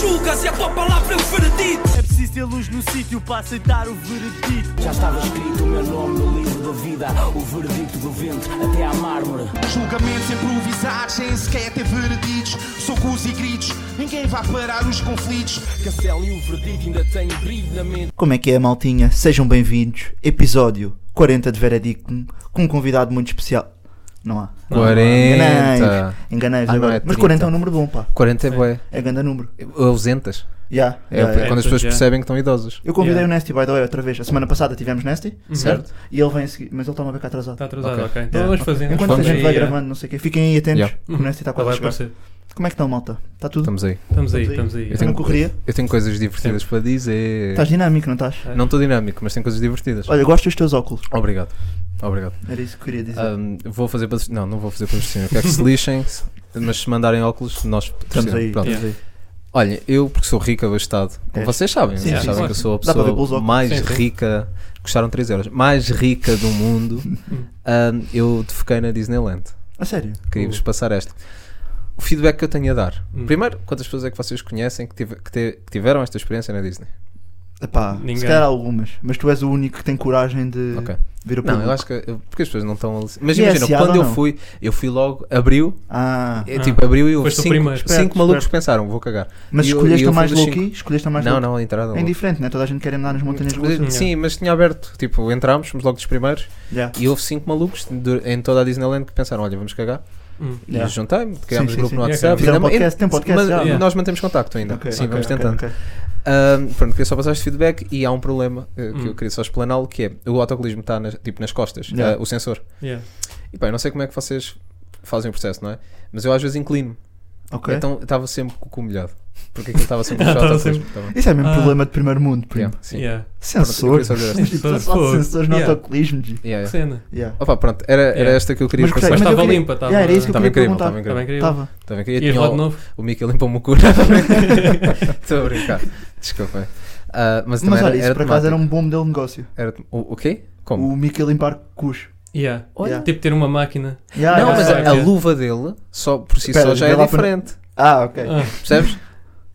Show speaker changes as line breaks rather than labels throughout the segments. julgas e a tua palavra é o veredito.
É preciso ter luz no sítio para aceitar o veredito.
Já estava escrito o meu nome no livro da vida, o veredito do vento até à mármore.
Julgamentos improvisados, sem sequer ter vereditos. Socos e gritos, ninguém vai parar os conflitos.
Castelo e o veredito ainda têm brilho na mente.
Como é que é, maltinha? Sejam bem-vindos. Episódio 40 de Veredicto com um convidado muito especial. Não há.
40.
Enganei-vos. Enganei-vos
Ah, não,
agora.
é
Mas
30.
40 é um número bom, pá.
40 é bué.
É grande número.
Ausentas.
Yeah,
É,
yeah, yeah.
quando as pessoas
já.
percebem que estão idosas.
Eu convidei
Yeah.
o Nasty, by the way, outra vez. A semana passada tivemos Nasty.
Certo.
E ele vem a seguir, mas ele está uma beca atrasado.
Está Uhum. atrasado, ok.
Ok.
Então
Yeah,
vamos
ok. assim
fazendo.
Enquanto a
Vamos
gente
aí,
vai
yeah.
gravando, não sei o quê. Fiquem aí atentos.
Yeah.
O Nasty
Tá,
está quase a
vai
chegar.
aparecer.
Como é que estão, malta? Está tudo?
Estamos aí.
Estamos aí,
Estamos
estamos aí.
Eu tenho- correria?
Eu tenho coisas divertidas para dizer.
Estás dinâmico, não estás?
É.
Não estou dinâmico, mas tenho coisas divertidas.
Olha, eu gosto dos teus óculos.
Obrigado. Obrigado.
Era isso que eu queria dizer.
Ahm, vou fazer patrocínio. Não, não vou fazer patrocínio. Eu quero que se lixem, se- mas se mandarem óculos, nós
Estamos
patrocinamos.
aí,
Pronto.
estamos aí.
Olha, eu, porque sou rico abastado, como
É.
vocês sabem,
Sim,
vocês
sim,
sabem
sim.
que eu sou a
Dá para ver pelos
pessoa
óculos.
mais
Sim, sim.
rica, custaram 3 euros, mais rica do mundo. Ahm, eu defequei na Disneyland.
A sério?
Queria-vos passar esta. O feedback que eu tenho a dar.
Hum.
Uhum.
Primeiro, quantas pessoas é que vocês conhecem que, tive- que te- que tiveram esta experiência na Disney?
Epá,
Ninguém.
se calhar algumas. Mas tu és o único que tem coragem de
Ok.
vir a
Não,
público.
eu acho que. eu- Porque as pessoas não estão. ali- Mas
E é
imagina,
Seattle
quando
ou
eu
não?
fui, eu fui logo, abriu,
Ah,
é,
Ah.
tipo, abriu e houve
Foste o
cinco,
primeiro.
cinco
Esperto,
malucos
esperto.
que pensaram, vou cagar.
mas
E eu-
escolheste
e eu
a mais
fui dos
low-key? Escolheste a mais
não,
low-key?
não, a entrada.
É
logo.
indiferente, né? Toda a gente quer andar nas montanhas russas.
Mas- Sim, mas tinha aberto, tipo, entramos, fomos logo dos primeiros
Yeah.
e houve cinco malucos de- em toda a Disneyland que pensaram: olha, vamos cagar.
Hum.
E
Yeah.
juntei-me, criámos um
sim,
grupo
sim.
no
Yeah,
WhatsApp.
fizeram
ainda-
podcast, tem um podcast,
mas,
já.
Yeah.
Nós mantemos contacto ainda.
Ok,
sim,
ok,
vamos
ok,
tentando.
ok.
Ahm, pronto, queria só passar este feedback e há um problema eh, que
Hum.
eu queria só explaná-lo que é o autocolismo está nas, tipo nas costas,
Yeah.
eh, o sensor.
Yeah.
E pá, eu não sei como é que vocês fazem o processo, não é? Mas eu às vezes inclino.
Ok.
Então estava sempre com o cu molhado. Porque aquilo estava sempre puxado ao
Estava
autocolismo. tá bem?
Isso é mesmo
Ah.
problema de primeiro mundo, primo.
Yeah,
É
sim.
Yeah.
Sensor.
Pronto, eu queria só dizer
Mas, tipo,
esta.
só de Sensores no
Yeah.
autocolismo. G.
Yeah,
Que
yeah.
cena.
Yeah.
Opa, pronto, era, era
Yeah.
esta que eu queria
gostei,
passar.
mas
eu
estava
queria-
limpa, estava-
Yeah, era isso que eu
Estava
queria
incrível,
perguntar.
estava
Estava
incrível.
incrível.
Estava.
Estava incrível.
Tá E
Tinha
lá de
o-
novo.
O Mickey limpou-me o cu. Estou a brincar. Desculpem. Ah, mas também
Mas olha,
era,
isso
era
por acaso era
temático.
um bom modelo de negócio.
Era tem- o, o quê? Como?
O Mickey limpar cus.
Yeah.
Olha.
Tipo ter uma máquina.
Yeah,
não,
yeah,
mas é-
yeah.
a, a luva dele, só por si
Espera,
só, já é
vê lá para-
diferente.
Ah, ok.
Ah,
Percebes?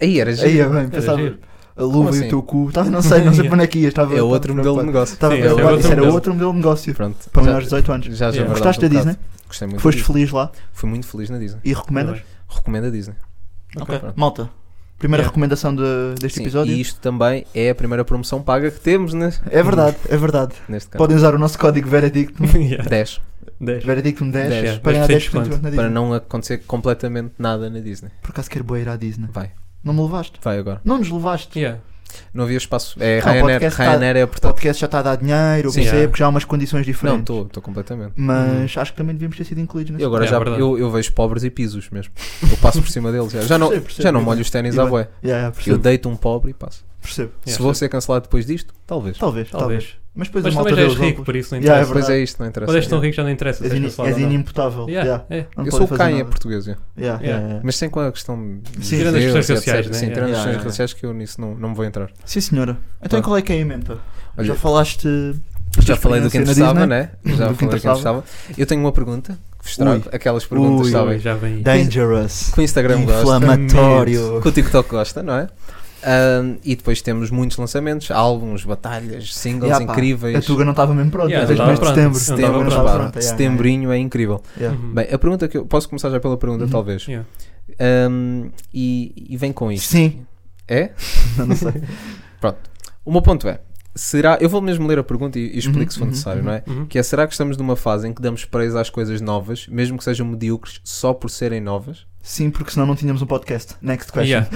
Aí era
Aí
giro.
é bem,
era
pensava.
giro.
A luva e
Como assim?
o teu cu. Tava, não sei, não sei para onde é que ias. Tava,
É
tava
outro modelo de
preocupado.
negócio.
Tava
Sim, é
preocupado,
outro
isso era
modelo.
outro modelo de negócio.
Pronto.
Para
Já-
menores de 18 anos.
Já, já
Yeah.
abordámos
Gostaste
um
da
bocado.
Disney?
Gostei muito.
Foste
da Disney.
feliz lá
Fui muito feliz na Disney.
e recomendas?
Recomendo a Disney.
Ok.
Pronto.
Malta, primeira
Yeah.
recomendação de- deste
Sim,
episódio.
E isto também é a primeira promoção paga que temos ne-
É verdade, é verdade.
neste caso.
Podem usar o nosso código Veredictum.
Yeah.
10.
Dez.
Veredictum 10,
Dez,
para ganhar 10%
10%
na Disney.
Para não acontecer completamente nada na Disney.
Por acaso quero boa ir à Disney.
Vai,
Não me levaste?
vai agora.
Não nos levaste.
Yeah.
Não havia espaço. É
Não, o
Ryanair.
podcast tá-
Ryanair é
O
apertado.
podcast já está a dar dinheiro, eu
Sim,
percebo
é.
que já há umas condições
Não,
diferentes.
estou completamente.
Mas acho que também devíamos ter sido incluídos nesse.
Eu agora
É
já
verdade.
eu, eu vejo pobres e pisos mesmo. Eu passo por cima deles. Já, já não,
Percebo, percebo,
já não
eu
molho os ténis
eu-
à boé.
Yeah, yeah,
Eu
percebo,
deito um pobre e passo.
percebo.
Yeah,
Se vou
percebo.
ser cancelado depois disto, talvez.
Talvez, talvez.
Talvez.
Mas depois
Mas
a malta
também já és
deu os
rico,
óculos.
por isso não
Yeah,
interessa.
é
Depois
verdade.
é isto, não interessa.
Quando és tão
Yeah.
rico já não interessa.
És,
se
in-
cancelado
és
ou não.
inimputável.
Yeah,
yeah.
é.
Não
Eu
podem
sou
fazer
quem é
nada.
português, yeah.
Yeah,
Yeah.
yeah, yeah.
mas sem com a questão de
Sim.
Tirando as
Deus,
questões
etc.
sociais, né?
Sim, tirando
Yeah,
as questões
yeah,
raciais que eu nisso não, não me vou entrar.
Sim, senhora. Então
Tá.
qual é que é a emenda?
Olha,
já falaste.
já falei do que interessava, né? Já
é? Do que
falei do que
interessava.
interessava. Eu tenho uma pergunta que vos trago, aquelas perguntas,
Ui.
sabem?
Já vem. aí.
Dangerous.
Que o Instagram gosta,
Inflamatório.
que o TikTok gosta, não é? Ahm, e depois temos muitos lançamentos, álbuns, batalhas, singles
Yeah, pá,
incríveis.
A Tuga não estava mesmo pronta.
Yeah,
é desde
não
mês de
estava pronta. Não
setembro. Setembro,
Setembro,
estava
pá,
pronta,
yeah,
setembrinho é incrível.
yeah.
Uhum.
Bem, a pergunta que eu posso começar já pela pergunta,
Uhum.
talvez.
Yeah.
Ahm, e, e vem com isto.
Sim.
É?
Não, não sei.
O meu ponto é: será. Eu vou mesmo ler a pergunta e, e explico se for
Uhum,
necessário,
uhum,
não é?
uhum.
Que é: será que estamos numa fase em que damos preso às coisas novas, mesmo que sejam medíocres, só por serem novas?
Sim, porque senão não tínhamos um podcast. Next question.
Yeah.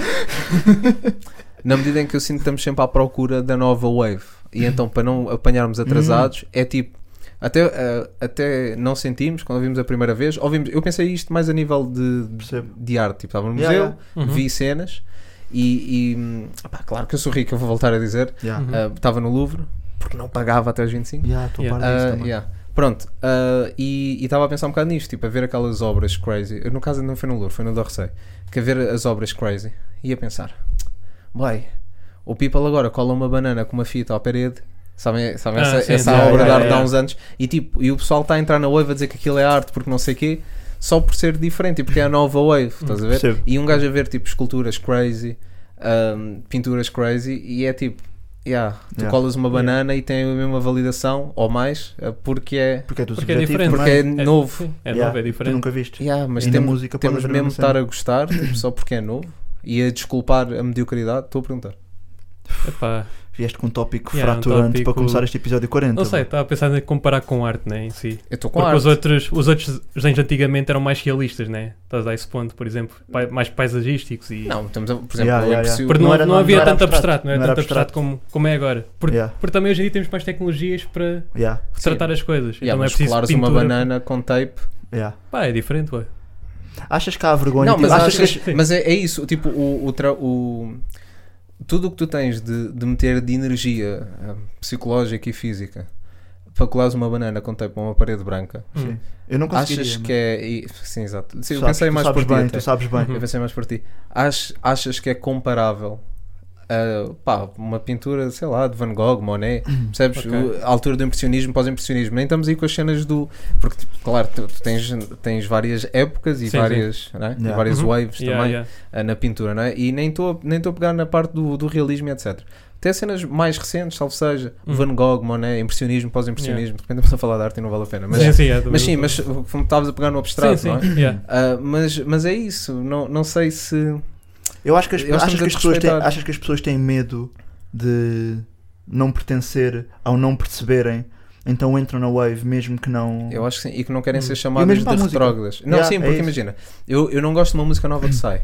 Na medida em que eu sinto que estamos sempre à procura da nova wave. E então, para não
Uhum.
apanharmos atrasados, é tipo. Até, eh, até não sentimos quando ouvimos a primeira vez. Ouvimos, eu pensei isto mais a nível de,
Percebo.
de arte. Tipo, estava no museu,
Yeah,
Uhum.
vi cenas e. e, hum, pá, claro que eu sou rico, eu vou voltar a dizer.
Yeah.
Uhum.
Eh, Estava no Louvre, porque não pagava até os 25.
Yeah, estou a par
Yeah.
disso
Ah,
também.
yeah. Pronto, ah, e estava a pensar um bocado nisto, tipo, a ver aquelas obras crazy. Eu, No caso, não foi no Lourdes, foi no Dorsey. Que a ver as obras crazy e a pensar: bem, o People agora cola uma banana com uma fita à parede. Sabem, sabem
Ah,
essa,
sim,
essa
sim,
obra
é,
de
é,
arte
é.
de há uns anos? E tipo, e o pessoal está a entrar na wave a dizer que aquilo é arte porque não sei quê, tipo, só por ser diferente e porque é a nova wave, estás a ver?
percebo.
E um gajo a ver tipo esculturas crazy. ahm, pinturas crazy e é tipo, yeah, tu
Yeah.
colas uma banana e tem a mesma validação ou mais eh, porque é.
Porque é tudo
Porque é
subjetivo,
diferente.
mas-
Porque é
não
novo.
Sim, É
Yeah,
novo, é
Tu
diferente.
nunca viste.
Yeah, mas
E na
temos,
música pode
temos
haver a
mesmo de
mesma cena.
estar a gostar tipo, só porque é novo e a desculpar a mediocridade. Estou a perguntar.
Epá,
Vieste com um tópico
Yeah, um
fraturante para
tópico-
começar este episódio 40.
não sei,
mano.
tá
estava a pensar em comparar com arte, né, em si.
Eu estou com
Porque
arte.
os outros, os outros desenhos antigamente eram mais realistas, né? Estás a esse ponto, por exemplo, pai- mais paisagísticos e...
Não, estamos a, por exemplo,
Yeah,
eu
yeah,
aprecio-
Porque
Não
não,
era-
não
não-
havia
não era
tanto
abstrato,
abstrato, não era
não era
tanto abstrato
abstrato.
como, como é agora. Porque,
Yeah,
porque também hoje em dia temos mais tecnologias para
yeah,
retratar as coisas.
Yeah,
então não é
mas
preciso
colares
pintura.
uma banana com tape.
yeah.
Pá, é diferente, ué.
Achas que há vergonha?
Não,
tipo,
mas,
achas
achas-
que-
que-
mas é, é isso. Tipo, o, o tra- o- tudo o que tu tens de, de meter de energia eh, psicológica e física para colares uma banana com tape a uma parede branca,
Sim. Eu não conseguiria.
achas
mano.
que é. e- Sim, exato.
Tu
Sim, eu
sabes-
pensei
tu
mais por
sabes
ti.
bem,
até. Uhum.
tu sabes
Uhum.
bem.
Eu pensei mais por ti. Ach- achas que é comparável a pá, uma pintura, sei lá, de Van Gogh, Monet, percebes?
Uhum. Ok.
O- A altura do impressionismo, pós-impressionismo. Nem estamos aí com as cenas do. Porque, tipo, claro, tu, tu tens, tens várias épocas e
Sim, sim.
várias, né? E
Yeah.
várias
Uhum.
waves
Yeah,
também
yeah.
ah, na pintura, não é? E nem estou a- nem estou a pegar na parte do, do realismo, e etc. Até cenas mais recentes, salvo seja,
Uhum.
Van Gogh, Monet, impressionismo, pós-impressionismo. De repente estamos a falar de arte e não vale a pena. Mas
sim, sim, é do-
mas, sim, mas eh, como estavas a pegar no abstrato,
Sim, sim,
não é?
yeah.
Ah, mas, mas é isso, não, não sei se.
Eu acho que as,
Eu acho
achas
que
que as
temos de
pessoas têm,
respeitar.
achas que as pessoas têm medo de não pertencer ao não perceberem, então entram na wave mesmo que não.
Eu acho que sim, e que não querem
Hum.
ser
E
chamados
mesmo
de
para a música.
retrógradas. Não,
Yeah,
sim,
é
porque
isso.
imagina, eu, eu não gosto de uma música nova que sai.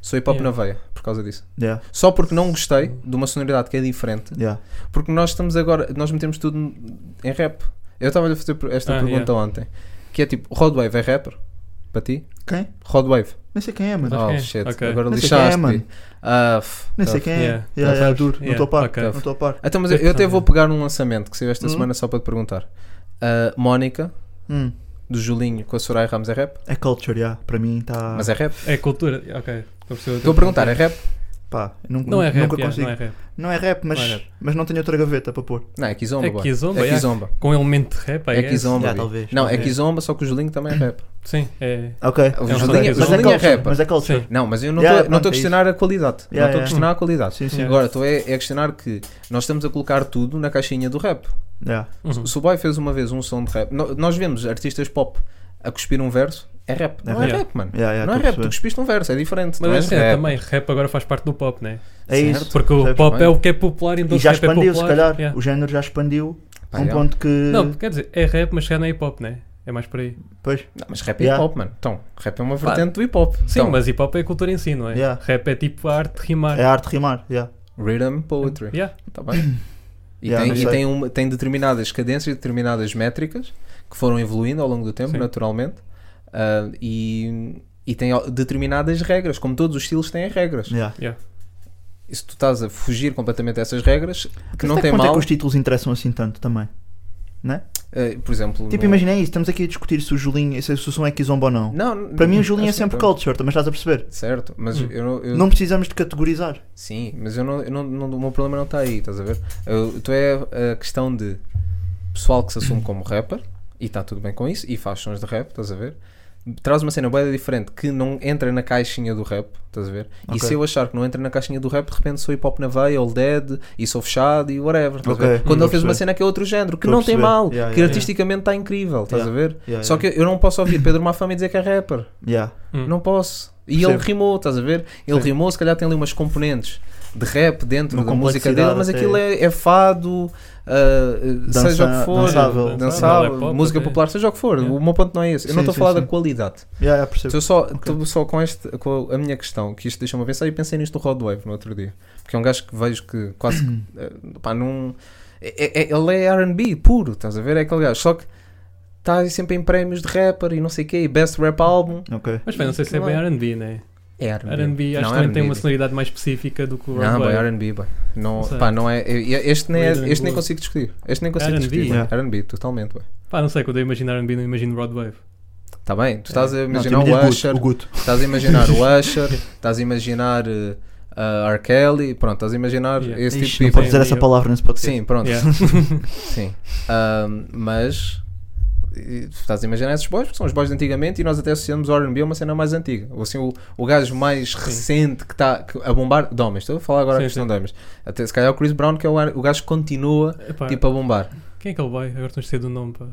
Sou hip hop
Yeah.
na veia, por causa disso.
Yeah,
Só porque não gostei de uma sonoridade que é diferente,
yeah.
porque nós estamos agora, nós metemos tudo em rap. Eu estava a fazer esta
Ah,
pergunta ontem, que é tipo, Rodwave é rapper? Para ti?
Quem?
Rodwave.
Nem sei quem é, mano.
Mas
Oh
quem é?
shit,
Ok.
agora
Nem sei quem é,
lixaste.
mano.
Ah, f-
Nem sei
tough.
quem é.
Yeah.
Yeah,
Tá
yeah,
Sabes?
duro, não
Yeah,
estou a par.
ok.
Não estou a par.
Então, mas eu, eu até vou pegar num lançamento que saiu esta
Hum.
semana só para te perguntar. Ah, Mónica,
Hum,
do Julinho com a Soraya Ramos é rap?
é culture, yeah. para mim tá- está.
Mas é rap?
É cultura, ok. Estou
Estou a perguntar, é rap?
Pá, nunca,
Não é rap,
nunca
yeah,
consigo.
não é rap.
Não é rap, mas,
Não é rap.
mas não tenho outra gaveta para pôr.
Não, é Kizomba.
É
boy.
Kizomba,
É
yeah.
Kizomba.
Com elemento de rap,
É
I guess.
Kizomba.
Yeah, talvez.
Não, é
É.
Kizomba, só que o Julinho também é rap.
Sim, é.
Ok.
O
É um rap.
Julinho, o
mas, é
Julinho é
culture,
rap.
mas é culture.
Sim.
Não, mas eu não
Yeah,
estou não estou a
pronto, é
questionar a qualidade.
Yeah,
não estou a
yeah.
questionar a qualidade.
Sim, sim.
Yeah.
Agora, estou a, é a questionar que nós estamos a colocar tudo na caixinha do rap.
Yeah.
Uhum.
Se o boy fez uma vez um som de rap, no- nós vemos artistas pop a cuspir um verso, é rap. Não é
rap.
rap, mano.
Yeah, yeah,
Não é
estou a
rap, tu
perceber.
cuspiste um verso, é diferente.
Mas
não
é
é
assim,
rap.
também, rap agora faz parte do pop, né?
É
Certo.
isso.
Porque o
Percebes?
pop
bem.
é o que é popular, então
E já
se rap é
expandiu, se
popular.
calhar.
yeah.
O género já expandiu
Pá,
a um
yeah.
ponto que.
Não, quer dizer, é rap, mas chegar na hip hop, né? É mais por aí.
Pois.
Não, mas rap é
Yeah.
hip hop, mano. Então, rap é uma vertente do hip hop.
Sim,
então,
mas hip hop é a cultura em si, não é?
Yeah.
Rap é tipo a arte de rimar.
É a arte de rimar. Yeah.
Rhythm poetry.
Yeah.
Tá bem. E,
Yeah,
tem,
não
e
sei.
tem, uma- tem determinadas cadências, determinadas métricas que foram evoluindo ao longo do tempo,
Sim.
naturalmente. Ah, e, e tem al- determinadas regras, como todos os estilos têm regras.
Yeah.
E se tu estás a fugir completamente dessas regras, que
Mas
não
até
tem
quanto é
mal,
que os títulos interessam assim tanto também?
ah, por exemplo.
Tipo,
no-
imagina isso, estamos aqui a discutir se o Julinho, se o som é kizomba ou não.
Não, não-
Para mim o Julinho é
acho que
sempre
não.
culture, mas estás a perceber?
Certo, mas
Hum.
eu, não- eu,
Não precisamos de categorizar.
Sim, mas eu não, eu não, não- o meu problema não está aí, estás a ver? Eu, tu é a questão de pessoal que se assume como rapper e está tudo bem com isso e faz sons de rap, estás a ver? Traz uma cena bem diferente que não entra na caixinha do rap, estás a ver? E
Ok.
se eu achar que não entra na caixinha do rap, de repente sou hip hop na veia, ou dead, e sou fechado e whatever. estás a ver?
Ok,
Quando
hum,
ele fez uma
percebi.
cena que é outro género, que
Estou a
não tem
perceber.
mal,
Yeah,
que
yeah,
artisticamente está incrível, estás
Yeah.
a ver?
Yeah,
Só
yeah.
que eu não posso ouvir Pedro Mafama e dizer que é rapper.
Yeah.
Hum.
Não posso. E
Percebo.
ele rimou, estás a ver? Ele
Sim.
rimou, se calhar tem ali umas componentes de rap dentro
Uma
da música
complexidade
dele, mas
até.
aquilo é, é fado, uh,
Dança-
seja o que for,
dançável.
dançável,
Dançável, é pop,
música
até.
popular, seja o que for.
Yeah.
O meu ponto não é esse. Eu
Sim,
não estou a
sim,
falar da
sim.
qualidade.
Yeah, yeah, percebo.
Estou só, estou só com, este, com a minha questão, que isto deixa-me a pensar, e pensei nisto do Rod Wave no outro dia, porque é um gajo que vejo que quase que, eh, pá, não. é- é- é- ele é RB puro, estás a ver? É aquele gajo, só que está sempre em prémios de rapper e não sei o quê, e best rap álbum.
Ok.
Mas bem, não sei se é bem RB, né?
É RB.
RB acho
Não,
que também tem
R&B,
uma
digo.
sonoridade mais específica do que o
Não, boy,
Broadway.
R&B, boy. Não,
Não sei.
pá, não é, eu- eu- este, nem, é-
Rhythm and
este nem
blues.
consigo discutir. Este nem consigo
R&B,
discutir.
yeah.
R&B, totalmente, boy.
Pá, não sei, quando eu imagino RB, não imagino Broadway.
Tá
É.
bem, tu estás a
Não, tipo
imaginar
tu me
o
dizes
Usher,
Guto, o Guto.
estás a imaginar o Usher, estás a imaginar eh, a R. Kelly, pronto, estás a imaginar
Yeah.
esse
Ixi,
tipo
não pode
de people.
dizer essa palavra nesse podcast.
Sim, pronto,
Yeah.
sim. Ahm, mas e estás a imaginar esses boys, porque são os boys de antigamente e nós até associamos o RB a uma cena mais antiga. Ou assim, o, o gajo mais recente que está que- a bombar, de homens, estou a falar agora
Sim,
a questão
sim.
de homens. Até se calhar o Chris Brown, que é o, ar- o gajo que continua
Epá,
tipo a bombar.
Quem é aquele boy? Agora estou a esquecer do nome. Pá.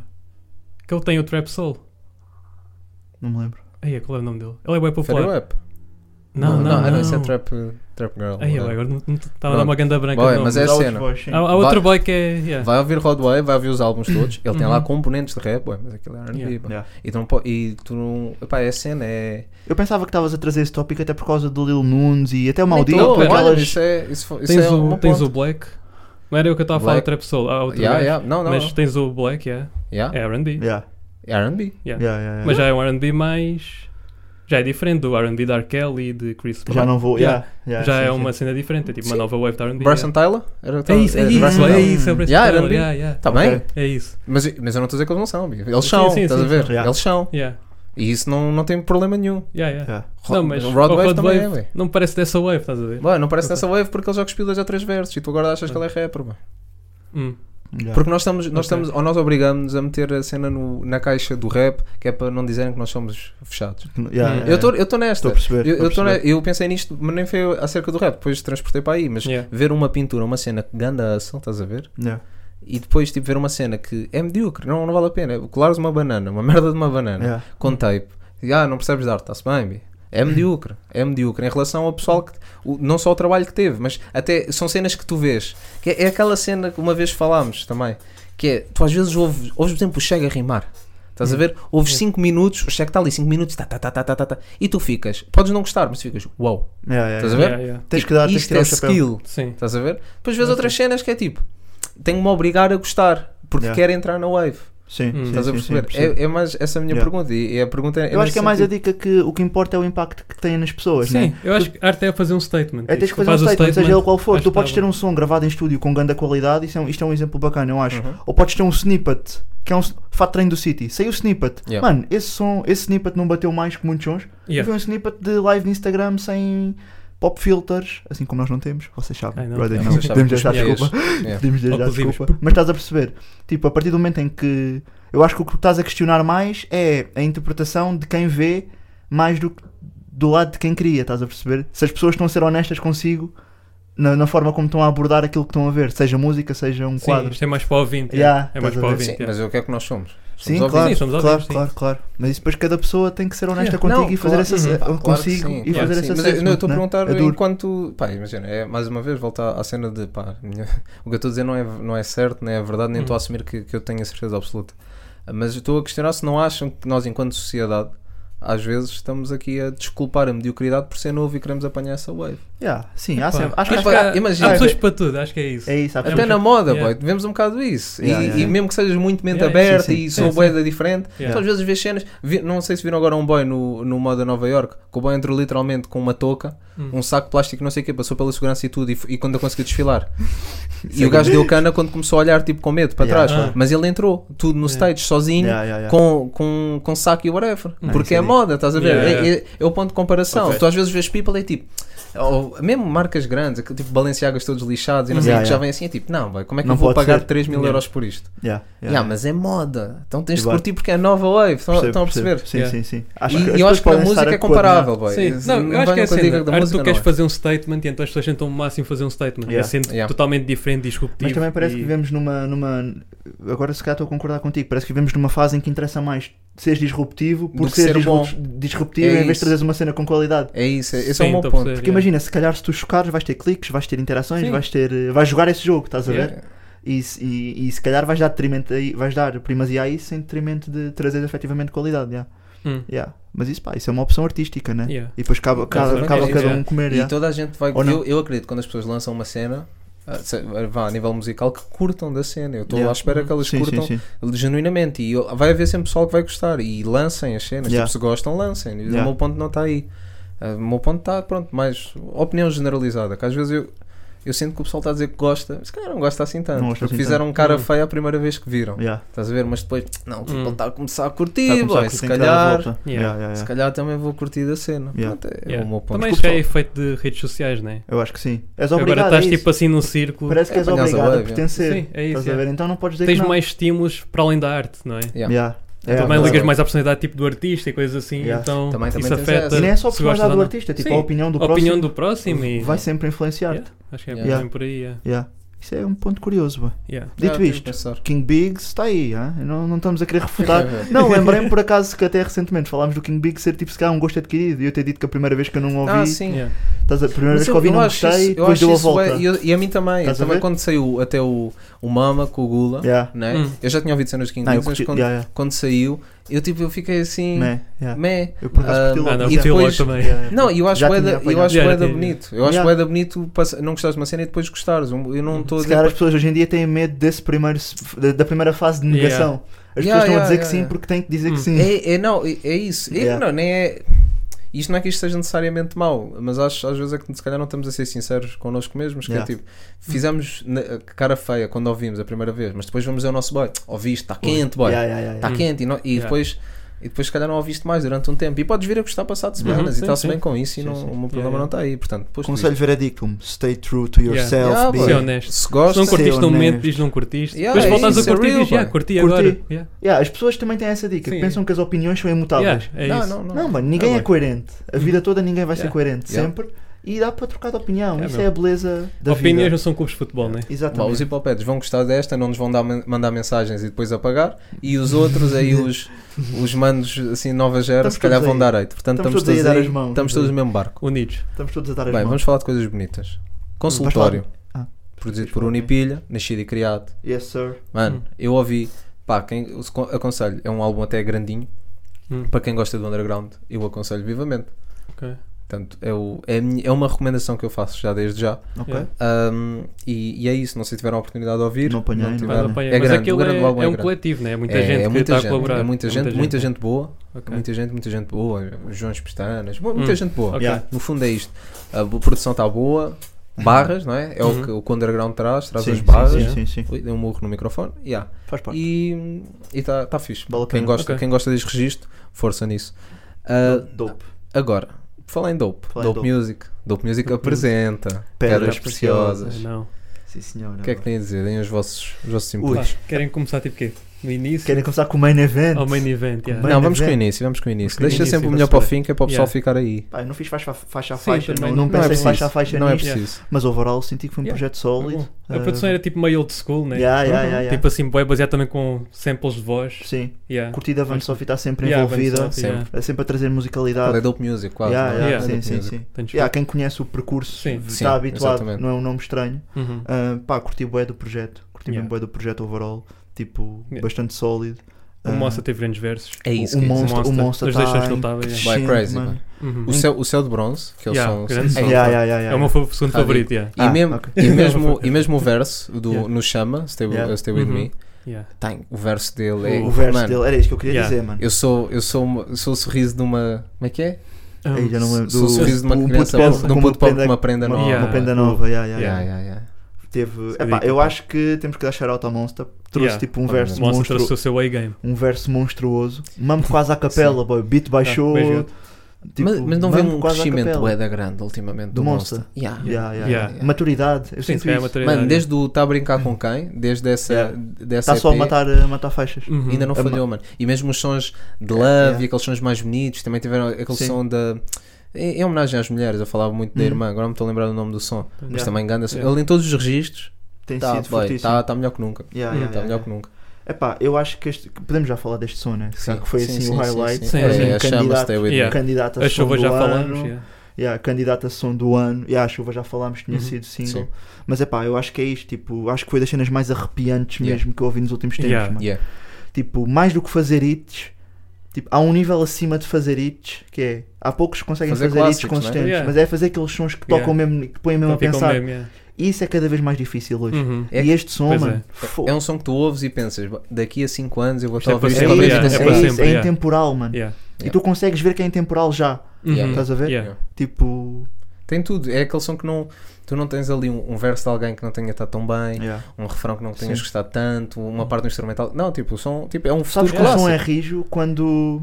Que ele tem o Trap Soul.
Não me lembro.
Aí, qual é o nome dele? Ele é bem
Fairy
popular.
Wap.
Não, não, não.
ah, isso é Trap, trap Girl.
Aí,
É.
agora não- não- estava a dar uma
Pronto.
ganda branca.
Boy,
de nome.
mas é
Dá os
cena.
boys, sim.
Há, há outro
Vai-
boy que é. yeah.
Vai ouvir Rodway, vai ouvir os álbuns todos. Ele tem lá
Uhum.
componentes de rap, ué, mas aquilo é RB.
Yeah.
pá.
Yeah.
E, tu não po- e tu não. Epá, é cena, é.
Eu pensava que estavas a trazer esse tópico até por causa do Lil Nunes e até o Maldito.
Não, olha,
aquelas...
Isso é. Isso, foi- isso
Tens,
é
o,
uma
tens
ponte.
o Black. Não era eu que eu estava a falar do
Black.
Trap Soul. Há outro
Yeah,
gajo.
yeah. Não, não.
Mas
não.
tens o Black, yeah.
Yeah.
é RB.
Yeah,
É
Yeah.
RB.
yeah, yeah, yeah.
Mas já é um RB mais. Já é diferente do RB da R. Kelly e de Chris Brown.
Já não vou. Yeah, yeah,
Já
sim,
é
sim.
uma cena diferente, é tipo uma
Sim.
nova wave da RB.
Bryson
yeah.
Tyler? Era,
É isso, é
era
isso, é
Bryson Tyler.
isso, é o Bryson
Yeah,
Tyler.
R&B.
Yeah, yeah.
Tá bem?
Ok.
É isso.
Mas, mas eu não estou a dizer que eles não são. Eles
Sim,
são,
sim,
estás
sim,
a ver?
sim. Yeah.
Eles são.
Yeah,
E isso não, não tem problema nenhum.
yeah, yeah.
Yeah.
Não, mas
o
o
Rodway também é,
Wave
ué.
não parece dessa wave, estás a ver?
Ué, não parece dessa wave porque ele já cuspiu dois ou três versos e tu agora achas que ele é rapper, ué.
Hum.
Yeah.
Porque nós estamos, nós
Ok.
estamos ou nós obrigamos a meter a cena no- na caixa do rap, que é para não dizerem que nós somos fechados.
Yeah,
Hum.
yeah,
Eu
yeah.
estou eu tô nesta.
Estou a perceber. estou
Eu, eu,
a
tô
perceber.
ne- eu pensei nisto, mas nem foi acerca do rap, depois transportei para aí. Mas
Yeah.
ver uma pintura, uma cena que ganda ação, estás a ver?
Yeah.
E depois tipo, ver uma cena que é medíocre, não, não vale a pena. Colares uma banana, uma merda de uma banana,
Yeah.
com tape. E, ah, não percebes de arte, está-se bem, bi. É medíocre, é medíocre em relação ao pessoal que. o- não só o trabalho que teve, mas até são cenas que tu vês. Que é, é aquela cena que uma vez falámos também, que é tu às vezes ouves, ouves por exemplo, o Chega a rimar. Estás
Uhum.
a ver? Ouves 5 minutos, o Chega está ali 5 minutos, tá, tá, tá, tá, tá, tá, tá, e tu ficas. Podes não gostar, mas ficas, uau.
Yeah, yeah,
Estás
yeah.
a ver?
Yeah, yeah.
Tens
Tipo,
que dar, tens que
isto
tirar
é
o chapéu.
skill.
Sim.
Estás a ver? Depois vês outras cenas que é tipo, tenho-me a obrigar a gostar, porque
Yeah.
quero entrar na wave.
Sim, sim,
Estás a
sim, sim,
perceber?
percebo.
é, é mais essa a minha
Yeah.
pergunta. E e a pergunta é
Eu acho
nesse
que é mais a
sentido.
dica que o que importa é o impacto que tem nas pessoas,
Sim,
né?
eu acho que a arte é fazer um statement.
É, tens
Tipo,
que fazer um
faz o
statement, seja ele qual for.
acho
Tu
que
podes
tá
ter
bom.
um som gravado em estúdio com grande qualidade, isso é um- isto é um exemplo bacana, eu acho.
Uhum.
Ou podes ter um snippet, que é um s- Fat Train do City. Saiu o snippet.
Yeah.
Mano, esse som, esse snippet não bateu mais que muitos sons. E
Yeah.
Foi um snippet de live no Instagram sem pop filters, assim como nós não temos, vocês sabem.
Ai, não.
Brother,
É,
não.
vocês sabem,
Podemos deixar
é
desculpa.
Yeah.
Podemos deixar
Óculos
desculpa. Mas estás a perceber? Tipo, a partir do momento em que eu acho que o que tu estás a questionar mais é a interpretação de quem vê mais do que do lado de quem cria, estás a perceber? Se as pessoas estão a ser honestas consigo na, na forma como estão a abordar aquilo que estão a ver, seja música, seja um
Sim,
quadro.
isto é mais para o ouvinte.
Yeah,
é mais
estás a
para o
ver?
ouvinte.
Sim,
yeah.
mas o que é que nós somos?
Sim,
Somos
claro,
Sim, somos
claro,
óbvios, sim.
claro, claro. Mas isso depois cada pessoa tem que ser honesta
Yeah.
contigo
Não,
e fazer
claro,
essa
uhum.
eh,
Claro que
consigo
sim,
e
claro
fazer
que
essa
sim. Mas eu- não, eu estou a
assessment,
perguntar
né? É duro.
enquanto. Pá, imagina, é, mais uma vez, volta à cena de. Pá, minha- o que eu estou a dizer não é, não é certo, nem é verdade, nem
Hum.
estou a assumir que, que eu tenho a certeza absoluta. Mas eu estou a questionar se não acham que nós, enquanto sociedade, às vezes estamos aqui a desculpar a mediocridade por ser novo e queremos apanhar essa wave.
Yeah, sim, há sempre- acho que
Acho que
pá,
há-
imagina.
Há pessoas para tudo, acho que é isso.
é isso. há
Até
pessoas-
na moda,
Yeah.
boy, vemos um bocado isso.
Yeah,
e,
yeah,
e
yeah.
mesmo que sejas muito mente
Yeah,
aberta
sim, sim.
e sou
Sim,
boeda diferente,
Yeah.
tu às vezes vês cenas. vi- não sei se viram agora um boy no, no moda Nova York, que o boy entrou literalmente com uma touca,
Hum.
um saco de plástico, não sei o quê, passou pela segurança e tudo, e, f- e quando eu consegui desfilar. e o gajo deu cana quando começou a olhar tipo com medo para
Yeah.
trás.
Ah.
Mas ele entrou, tudo no
Yeah.
stage, sozinho.
Yeah, yeah, yeah.
Com, com, com saco e whatever,
isso
porque
é
é moda, estás a ver?
Ah, Yeah,
É-
yeah.
É, é o ponto de comparação.
Ok.
Tu às vezes vês people e é tipo, ou mesmo marcas grandes, aquele tipo Balenciagas todos lixados e não sei o
Yeah,
que já
yeah.
vem assim, é tipo, não, boy, como é que
Não
eu vou
pode
pagar
ser.
3 mil
Yeah.
euros por isto?
Yeah,
Ah,
yeah,
mas é moda, então tens de
Igual.
curtir porque é a nova wave, estão,
Percebo,
estão a
percebo.
perceber?
Sim,
Yeah.
sim, sim.
E-
que as
e eu
pessoas
acho que a
podem estar
música é
coordenar.
comparável, boy.
Sim,
Isso
não, eu acho
vai
que é
com a dica
assim. a
da
arte
música,
tu
não
queres
é?
fazer um statement e então as pessoas tentam o máximo fazer um statement.
Yeah.
É sendo
Yeah.
totalmente diferente, disruptivo.
Mas também parece
e-
que vivemos numa, numa. Agora, se calhar, estou a concordar contigo. Parece que vivemos numa fase em que interessa mais seres disruptivo
Do
por
que
seres
ser bom.
disrup- disruptivo
É
em vez
isso.
de trazeres uma cena com qualidade.
É isso, é- esse é
Sim,
o meu
estou a
ponto.
perceber,
Porque
yeah.
imagina, se calhar, se tu chocares, vais ter cliques, vais ter interações,
Sim.
vais ter. eh, vais jogar esse jogo, estás a ver?
Yeah.
E, se- e, e se calhar vais dar, detrimento aí- vais dar primazia a isso em detrimento de trazer efetivamente qualidade. yeah.
Hum.
Yeah. Mas isso, pá, isso é uma opção artística, né?
Yeah.
E depois cabe, cabe,
Exatamente.
cabe a cada
Yeah.
um comer.
E
yeah.
toda a gente vai.
Ou não.
Eu, eu acredito que quando as pessoas lançam uma cena, ah, se- vá a nível musical, que curtam da cena. Eu estou
Yeah.
à espera que elas
Sim,
curtam
sim, sim.
genuinamente. E eu- vai haver sempre pessoal que vai gostar. E lancem as cenas.
Yeah.
Tipo, se gostam, lancem. E
Yeah.
O meu ponto não está aí. Ah, O meu ponto está, pronto, mais opinião generalizada. Que às vezes eu, eu sinto que o pessoal está a dizer que gosta. Se calhar não gosta assim tanto.
Não gosta
porque
assim
fizeram cara
Hum.
feia a primeira vez que viram.
Yeah.
Estás a ver? Mas depois, não, tipo,
Hum.
ele está a começar a curtir.
Tá a começar a
boy,
curtir,
se
tem que dar a
calhar.
volta.
Yeah.
Yeah, yeah,
Se
yeah.
calhar também vou curtir da cena.
Yeah.
Pronto, é
Yeah.
o meu ponto.
Também
Desculpa,
isso já é
só.
efeito de redes sociais, né?
Eu acho que sim. És
Agora
obrigado. a
estás
isso.
tipo assim num círculo.
Parece que
É
és
apanhar-se a
obrigado a
wave,
pertencer.
Sim, é isso,
Estás a
yeah.
ver? Então não podes dizer
Tens
que não.
mais estímulos para além da arte, não é?
Yeah.
Yeah. É,
também
mas-
ligas mais à personalidade tipo do artista e coisas assim,
Yeah.
então
Também- também
isso
tens essa.
afeta.
E nem é só a
se gostas
personalidade
ou
do
não.
artista, tipo,
Sim,
a opinião do
a opinião
próximo
do próximo e.
vai sempre influenciar-te.
Acho que é
Yeah.
bem por aí. Yeah.
Yeah. Isso é um ponto curioso, bué.
Yeah.
Dito
tenho que
isto,
pensar.
King Biggs está aí, hã? não, não estamos a querer refutar.
Fica a ver.
Não, lembrei-me por acaso que até recentemente falámos do King Big ser tipo se calhar um gosto adquirido e eu ter dito que a primeira vez que eu não ouvi,
Ah, sim.
Yeah.
estás a, a primeira vez
Mas
que
eu-
ouvi
eu
não
acho
gostei
isso-
e
eu
depois
acho
deu a
isso bué-
volta.
e eu- E a mim também.
Estás a
Também
ver?
quando saiu até o, o Mama com o Gula,
Yeah.
né?
Hum.
eu já tinha ouvido cenas de King
Não, eu
Gigs, mas
curti,
quando,
yeah, yeah.
quando saiu, eu tipo, eu fiquei assim.
Meh, yeah.
Meh.
Eu por acaso
Ah,
curti
Ah,
logo.
não,
E
curti logo
depois- é
também.
Yeah, yeah.
Não, eu acho
Já
bué
tinha
da- eu
apanhado.
acho
Já, já
bué da
tinha.
bonito. Eu acho
Yeah. Uhum.
bué da bonito passa- não gostares de uma cena e depois gostares. Um, Eu não estou a
Se
dizer
calhar
pra-
as pessoas hoje em dia têm medo desse primeiro, se- da- da primeira fase de
Yeah.
negação. As
Yeah,
pessoas estão a
yeah,
dizer
yeah,
que sim
yeah.
porque têm que dizer
Hum.
que sim.
É, é- não, é, é isso. É,
Yeah.
não, nem é. Isto não é que isto seja necessariamente mau, mas acho às vezes é que se calhar não estamos a ser sinceros connosco mesmos. Que
Yeah.
é tipo, fizemos na- cara feia quando ouvimos a primeira vez, mas depois vamos ao nosso boy. Ouviste, está quente, boy.
Yeah,
Está
yeah, yeah, yeah.
Tá quente. E, não- e
Hum. Yeah.
depois. E depois, se calhar, não ouviste mais durante um tempo. E podes vir a gostar passado semanas. e
Uhum, sim,
está-se
sim.
bem com isso. e
Sim,
não,
sim.
o meu
Yeah,
problema
yeah.
não está aí. Portanto, posto
Conselho
isto-
um,
veredictum: stay true to
Yeah.
yourself.
Yeah,
be-
boy.
Ser é honesto.
se
Se não
gostas,
curtiste num
honesto.
momento, diz não curtiste.
Yeah,
Depois
é
voltas
isso,
a
é
curtir e
real,
dizes, yeah,
pá.
curti
Curti.
agora. Yeah.
Yeah, as pessoas também têm essa dica,
Sim.
que pensam que as opiniões são imutáveis.
Yeah, é
não,
isso.
não, não.
Não, mano, ninguém
Ah,
é
bem.
coerente. A vida toda ninguém vai ser
Yeah.
coerente,
Yeah.
sempre. E dá para trocar de opinião.
É
Isso
mesmo.
é a beleza da
Opiniões
vida.
não são clubes de futebol, né?
Bom, os
Exatamente.
hipopedes vão gostar desta, não nos vão dar, mandar mensagens e depois apagar. E os outros, aí os, os manos assim, nova gera,
Estamos
se calhar
todos
vão
aí.
dar hate. Portanto,
Estamos
estamos,
todos aí a
todos,
dar
aí,
as mãos.
estamos todos no mesmo barco.
Unidos.
Estamos todos a dar as
Bem,
mãos.
vamos falar de coisas bonitas. Consultório,
Ah.
produzido por Unipilha, nascido e criado.
Yes, sir.
Mano,
Hum.
eu ouvi, pá, quem, eu se- aconselho, é um álbum até grandinho.
Hum.
Para quem gosta do underground, eu aconselho vivamente.
Ok.
Portanto, é, o- é a minha- é uma recomendação que eu faço já desde já.
Ok.
Yeah.
Ahm, e, e é isso, não sei se tiveram a oportunidade de ouvir.
Não apanhei, não
tiveram.
Mas,
Claro.
apanha-
É
mas
grande, o
aquilo
grande
é,
álbum
é
é
um
grande.
coletivo, né? É muita
É,
gente
é
que
muita
está
gente,
a colaborar.
É muita
É
gente, muita gente boa.
Ok.
Muita gente, muita gente boa. O João Espitanas, boa- muita
Hum,
gente boa.
ok.
Yeah.
No fundo é isto. A bo- produção está boa, barras, não é? É
Uhum.
o que o que o Underground traz, traz
Uhum. Sim, sim,
as barras.
sim, sim, sim.
Ui, dei um murro no microfone. Yeah.
Faz parte.
E está tá fixe.
Vale a
Quem
pena.
gosta,
Ok.
quem gosta deste registro, força nisso. Ah,
Dope.
agora, falar em Dope,
Falar em
Dope
Dope.
Music. Dope Music apresenta
Pedras
Pedras
Preciosas.
Preciosas.
Ah, Não.
Sim, senhora.
O que é que têm a dizer? Deem os vossos, os vossos
Ui.
inputs.
Pá, Querem começar tipo quê? No início?
Querem começar com o main event?
Ao Oh, main event, yeah.
Bem, na
não, vamos com o
verdade.
início, vamos com o início.
com o
Deixa
início,
sempre o
tá
melhor para o
certo.
fim, que é para o pessoal
Yeah.
ficar aí. é
Pá, eu não fiz faixa, faixa a
Sim,
faixa,
também
não, não
não.
pensei em
preciso.
faixa a faixa
não é
nisto,
preciso.
mas overall senti que foi um
Yeah.
projeto
Tá bom.
sólido.
A produção era tipo meio old school, né?
yeah, yeah, yeah, yeah.
Tipo assim, bem baseado também com samples de voz.
Sim,
Yeah.
curtida a Van Sophie está sempre
Yeah,
envolvida,
Vansoff,
sempre.
yeah.
é sempre a trazer
Ela é
musicalidade.
dope music, quase.
Yeah,
não é?
yeah,
É
Sim,
dope
sim,
music.
sim.
Tens
Yeah, quem conhece o percurso
Tipo, Sim.
está
Sim,
habituado,
exatamente.
não é um nome estranho.
Uhum.
Uh, pá, curti bué do projeto, curti
Yeah.
mesmo bué do projeto overall, tipo,
Yeah.
bastante sólido.
O
Uh,
Mossa teve grandes versos.
É isso.
o
que é isso.
Monster,
Monster.
o Monster
Os dois
tá
sons que ele
em
tava, yeah.
Vai
crescendo,
crazy,
mano. É,
mano.
Uhum.
O céu, o céu de bronze, que eles
Yeah,
são.
grande
são-
som.
Yeah, yeah, yeah, yeah.
É o meu fa- segundo
Ah,
favorito, yeah.
E, mesmo,
ok.
e, mesmo, e mesmo o verso do
Yeah.
No Chama, Stay, With-
Yeah.
Stay With
Uhum.
Me,
Yeah.
tem, o verso dele é.
O verso
mano,
dele, era isso que eu queria
Yeah.
dizer, mano.
Eu sou, eu sou, uma- eu sou o sorriso de uma. Como é que é?
Um,
Aí já não me lembro.
sou o sorriso de uma
um puto
criança,
pede-
de um
com
puto pobre com uma prenda
uma,
nova.
Uma prenda
Yeah.
nova, yeah, yeah,
Yeah,
yeah.
yeah, yeah.
Teve,
Isso é
epá,
ridículo,
eu
pá.
acho que temos que dar shout ao Monster. Trouxe
Yeah.
tipo um
Ah,
verso,
O Mossa
monstru-
trouxe o seu A-game.
um verso monstruoso. Mamo quase à capela, boy. Beat
Ah,
baixou.
bem junto.
tipo,
mas, mas não vem
mamo
um
quase à
crescimento
capela.
bué da grande ultimamente do,
Do
Monster.
Monster.
Yeah.
Yeah, yeah,
Yeah.
yeah. Maturidade, eu
Sim,
sinto
se calhar é
isso.
uma treinada.
Mano, desde o Tá a Brincar com Quem, desde essa.
Yeah.
dessa
Está Tá só a
EP,
matar, a matar faixas.
Uhum.
Ainda não
A ma-
falhou, mano. E mesmo os sons de love
Yeah.
e aqueles sons mais bonitos, também tiveram aquele
Sim.
som da. Em em homenagem às mulheres, eu falava muito da
Uhum.
irmã, agora não me estou a lembrar do nome do som, mas
Yeah.
também ganda. som.
Yeah.
Ele em todos os registros
Tem
está
sido fortíssimo.
tá, tá melhor que nunca.
Yeah,
Está
yeah, yeah,
melhor
yeah.
que nunca.
Epá, eu acho que este- podemos já falar deste som, né? Sim, que foi assim o highlight.
Sim, sim.
Sim,
É,
sim.
a chama
Candidato,
Stay With
Yeah.
Me.
candidato a
A
som
chuva
do
já
ano.
falámos. yeah.
Yeah, candidata a som do ano. Yeah, a chuva já falámos, tinha
Uhum.
sido single.
Sim.
Mas é pá, eu acho que é isto. Tipo, acho que foi das cenas mais arrepiantes
Yeah.
mesmo que eu ouvi nos últimos tempos.
Yeah.
mano.
Yeah.
Tipo, mais do que fazer hits, tipo, há um nível acima de fazer hits que é. Há poucos que conseguem
Fazer
fazer,
clássicos,
hits
né?
consistentes,
Yeah.
mas é fazer aqueles sons que
Yeah.
tocam mesmo e que te põem mesmo
Então
a
ficam
pensar.
mesmo, yeah.
E isso é cada vez mais difícil hoje.
Uhum.
É-
E este som,
pois
mano,
é.
fo-
É um som que tu ouves e pensas, daqui a 5 anos eu vou
Isto
estar a
é para
ouvir
sempre,
isto
yeah,
outra vez
é
e
para
pensar,
sempre.
é
yeah.
intemporal, mano.
Yeah.
E tu consegues ver que é intemporal já.
Yeah.
Uhum.
Estás a ver?
Yeah.
Tipo.
Tem tudo. É aquele som que não. Tu não tens ali um, um verso de alguém que não tenha estado tão bem,
yeah.
um refrão que não tenhas
Sim.
gostado tanto, uma parte do instrumental. Não, tipo, o som tipo, é um
Sabes
futuro
que o som
clássico.
é rijo quando.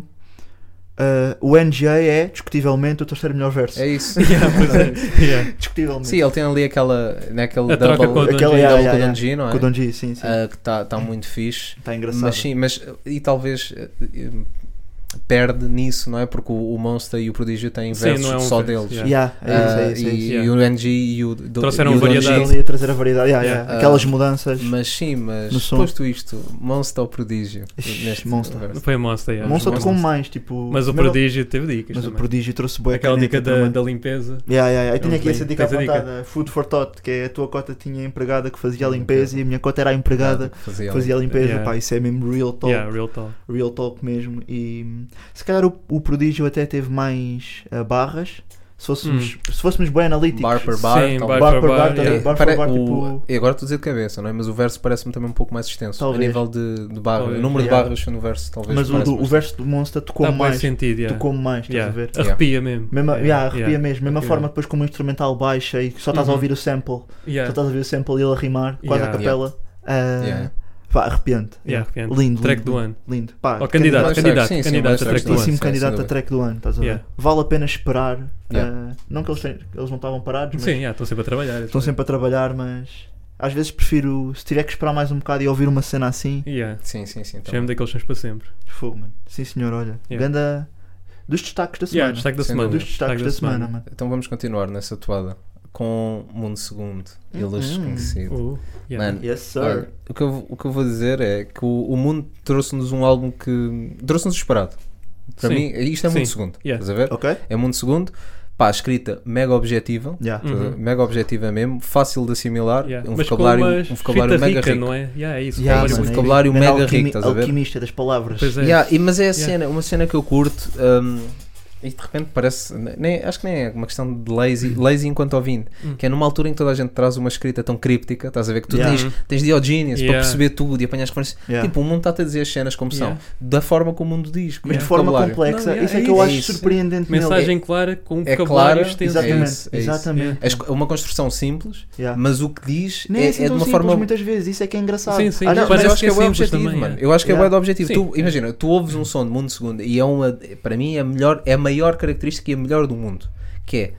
ah, ah, o NGA é, discutivelmente, o terceiro melhor verso.
É isso.
Yeah, pois é. Yeah.
Discutivelmente.
Sim, ele tem ali aquela. Naquele
A troca
double,
com o Don
aquele
G.
double
Yeah,
com o
yeah,
Don G, não é?
Com o Don G, sim, sim.
Ah, que está tá muito fixe.
Está engraçado.
Mas sim, mas. E talvez. eh, eh, Perde nisso, não é? Porque o, o Monster e o Prodígio têm
Sim, não
versos
é um
só
verso,
deles.
yeah.
Yeah, é isso,
Ah,
é isso, é
e,
isso.
e o NG e o do,
Trouxeram
e o Don
variedade.
G.
Ele ia trazer a variedade. yeah, yeah.
Yeah.
Aquelas
Ah,
mudanças.
Mas sim, mas
No som.
posto isto, Monster ou Prodígio?
Ixi,
Neste
Monster.
verso?
Foi a Monster, yeah.
Monster
mas-
tocou mais, tipo.
Mas o
primeiro-
Prodígio teve dicas.
Mas o
também.
prodígio trouxe boa
Aquela dica da, da
também.
limpeza.
Yeah, yeah, yeah. Eu tinha
Eu
aqui essa
tenho-
dica
tens a dica?
apontada, Food for Thought, que é a tua cota tinha empregada que fazia a
Sim,
limpeza e a minha cota era a empregada
Fazia
que fazia a limpeza.
Yeah.
Pá, isso é mesmo real talk,
Yeah, real talk.
real talk mesmo. E se calhar o, o prodígio até teve mais ah, barras. Se fôssemos,
Hum.
se fôssemos bem analíticos,
Bar per bar.
Sim,
tal-
bar
É,
bar
for
por bar,
bar,
também,
yeah.
bar
Pare-
for bar,
o-
tipo.
e agora estou a dizer de cabeça, não é? Mas o verso parece-me também um pouco mais extenso.
Talvez.
A nível de, de barra,
Talvez.
o número
Yeah.
de barras no verso, talvez.
Mas o, do-
parece
o verso do Monster tocou
Dá bom
mais.
sentido, Tá yeah.
Tocou mais, estás
Yeah.
a ver?
Yeah.
Arrepia mesmo.
Mesma, yeah, arrepia
yeah.
mesmo, mesma
Yeah.
forma depois como o instrumental baixa e só estás a
Uhum.
ouvir o sample, só
Yeah.
estás a ouvir o sample e ele a rimar, quase
Yeah.
a capela. ah,
Yeah.
Pá, arrepiante.
Yeah, arrepiante.
Lindo,
Track
lindo,
do ano.
Lindo. Pá,
Ou candidato, candidato,
Mas track,
candidato,
sim, sim, mas
a
track
track do ano.
sim,
Sim,
sem
candidato
dúvida.
a track do ano, estás a ver?
Yeah.
Vale a pena esperar.
Yeah.
ah, não que eles, tenham- eles não estavam parados, mas
Sim, yeah, estão sempre a trabalhar.
estão sempre a trabalhar, mas às vezes prefiro, se tiver que esperar mais um bocado e ouvir uma cena assim,
Yeah.
Sim, sim, Então, sim.
Chama-me daqueles sons para sempre.
fogo, mano. Sim senhor, olha.
Yeah.
Ganda dos destaques da semana.
Yeah, destaque da
Sem
semana.
Dos destaques da semana, mano.
Então vamos continuar nessa toada com Mundo Segundo, Ilhas
Uhum.
Desconhecido.
Uh, yeah.
Mano,
Yes, sir.
Olha, o, que eu, o que eu vou dizer é que o, o mundo trouxe-nos um álbum que. trouxe-nos esperado. Para
Sim.
mim, isto é
Sim.
muito segundo.
Yeah.
Estás a ver?
Ok?
É muito segundo. Pá, escrita mega objetiva.
Yeah.
Uhum.
estás a- Mega objetiva mesmo, fácil de assimilar.
Yeah.
Um,
Mas com
vocabulário,
umas
um vocabulário
fita
mega
rica,
rico.
não é? Yeah, é isso.
Yeah,
vocabulário
mano,
muito
é
vocabulário
grande
mega rico, estás a ver?
Alquimista das palavras.
Pois é.
Yeah, e- mas é a
Yeah.
cena, uma cena que eu curto hum, e de repente parece, nem, acho que nem é uma questão de lazy,
Uhum.
lazy enquanto ouvinte,
Hum.
que é numa altura em que toda a gente traz uma escrita tão críptica, estás a ver que tu
Yeah. Uhum.
tens, tens Diogenes
Yeah.
para perceber tudo e apanhar as referências.
Yeah.
Tipo, o mundo está-te a dizer as cenas como
Yeah.
são, da forma como o mundo diz, com
mas de
o
forma
vocabulário.
complexa.
Não, yeah,
isso é,
é
que eu
isso,
acho
é isso.
surpreendente nele.
Mensagem clara com um
É
vocabulário
clara,
extenso.
Exatamente,
isso, é isso.
exatamente.
É esco- uma construção simples,
Yeah.
mas o que diz
Nem é,
é,
assim
é de
tão
uma
simples
forma
muitas vezes, isso é que é engraçado.
Sim, sim,
Ah, não, mas
Parece
eu acho
que
que
é
é, o
simples
objetivo,
também,
mano.
é.
Eu acho que é, o
Yeah.
o objetivo.
Sim,
Tu,
é.
imagina, tu ouves um som de mundo segundo e é uma, para mim, é a melhor, é a maior característica e a melhor do mundo. Que é,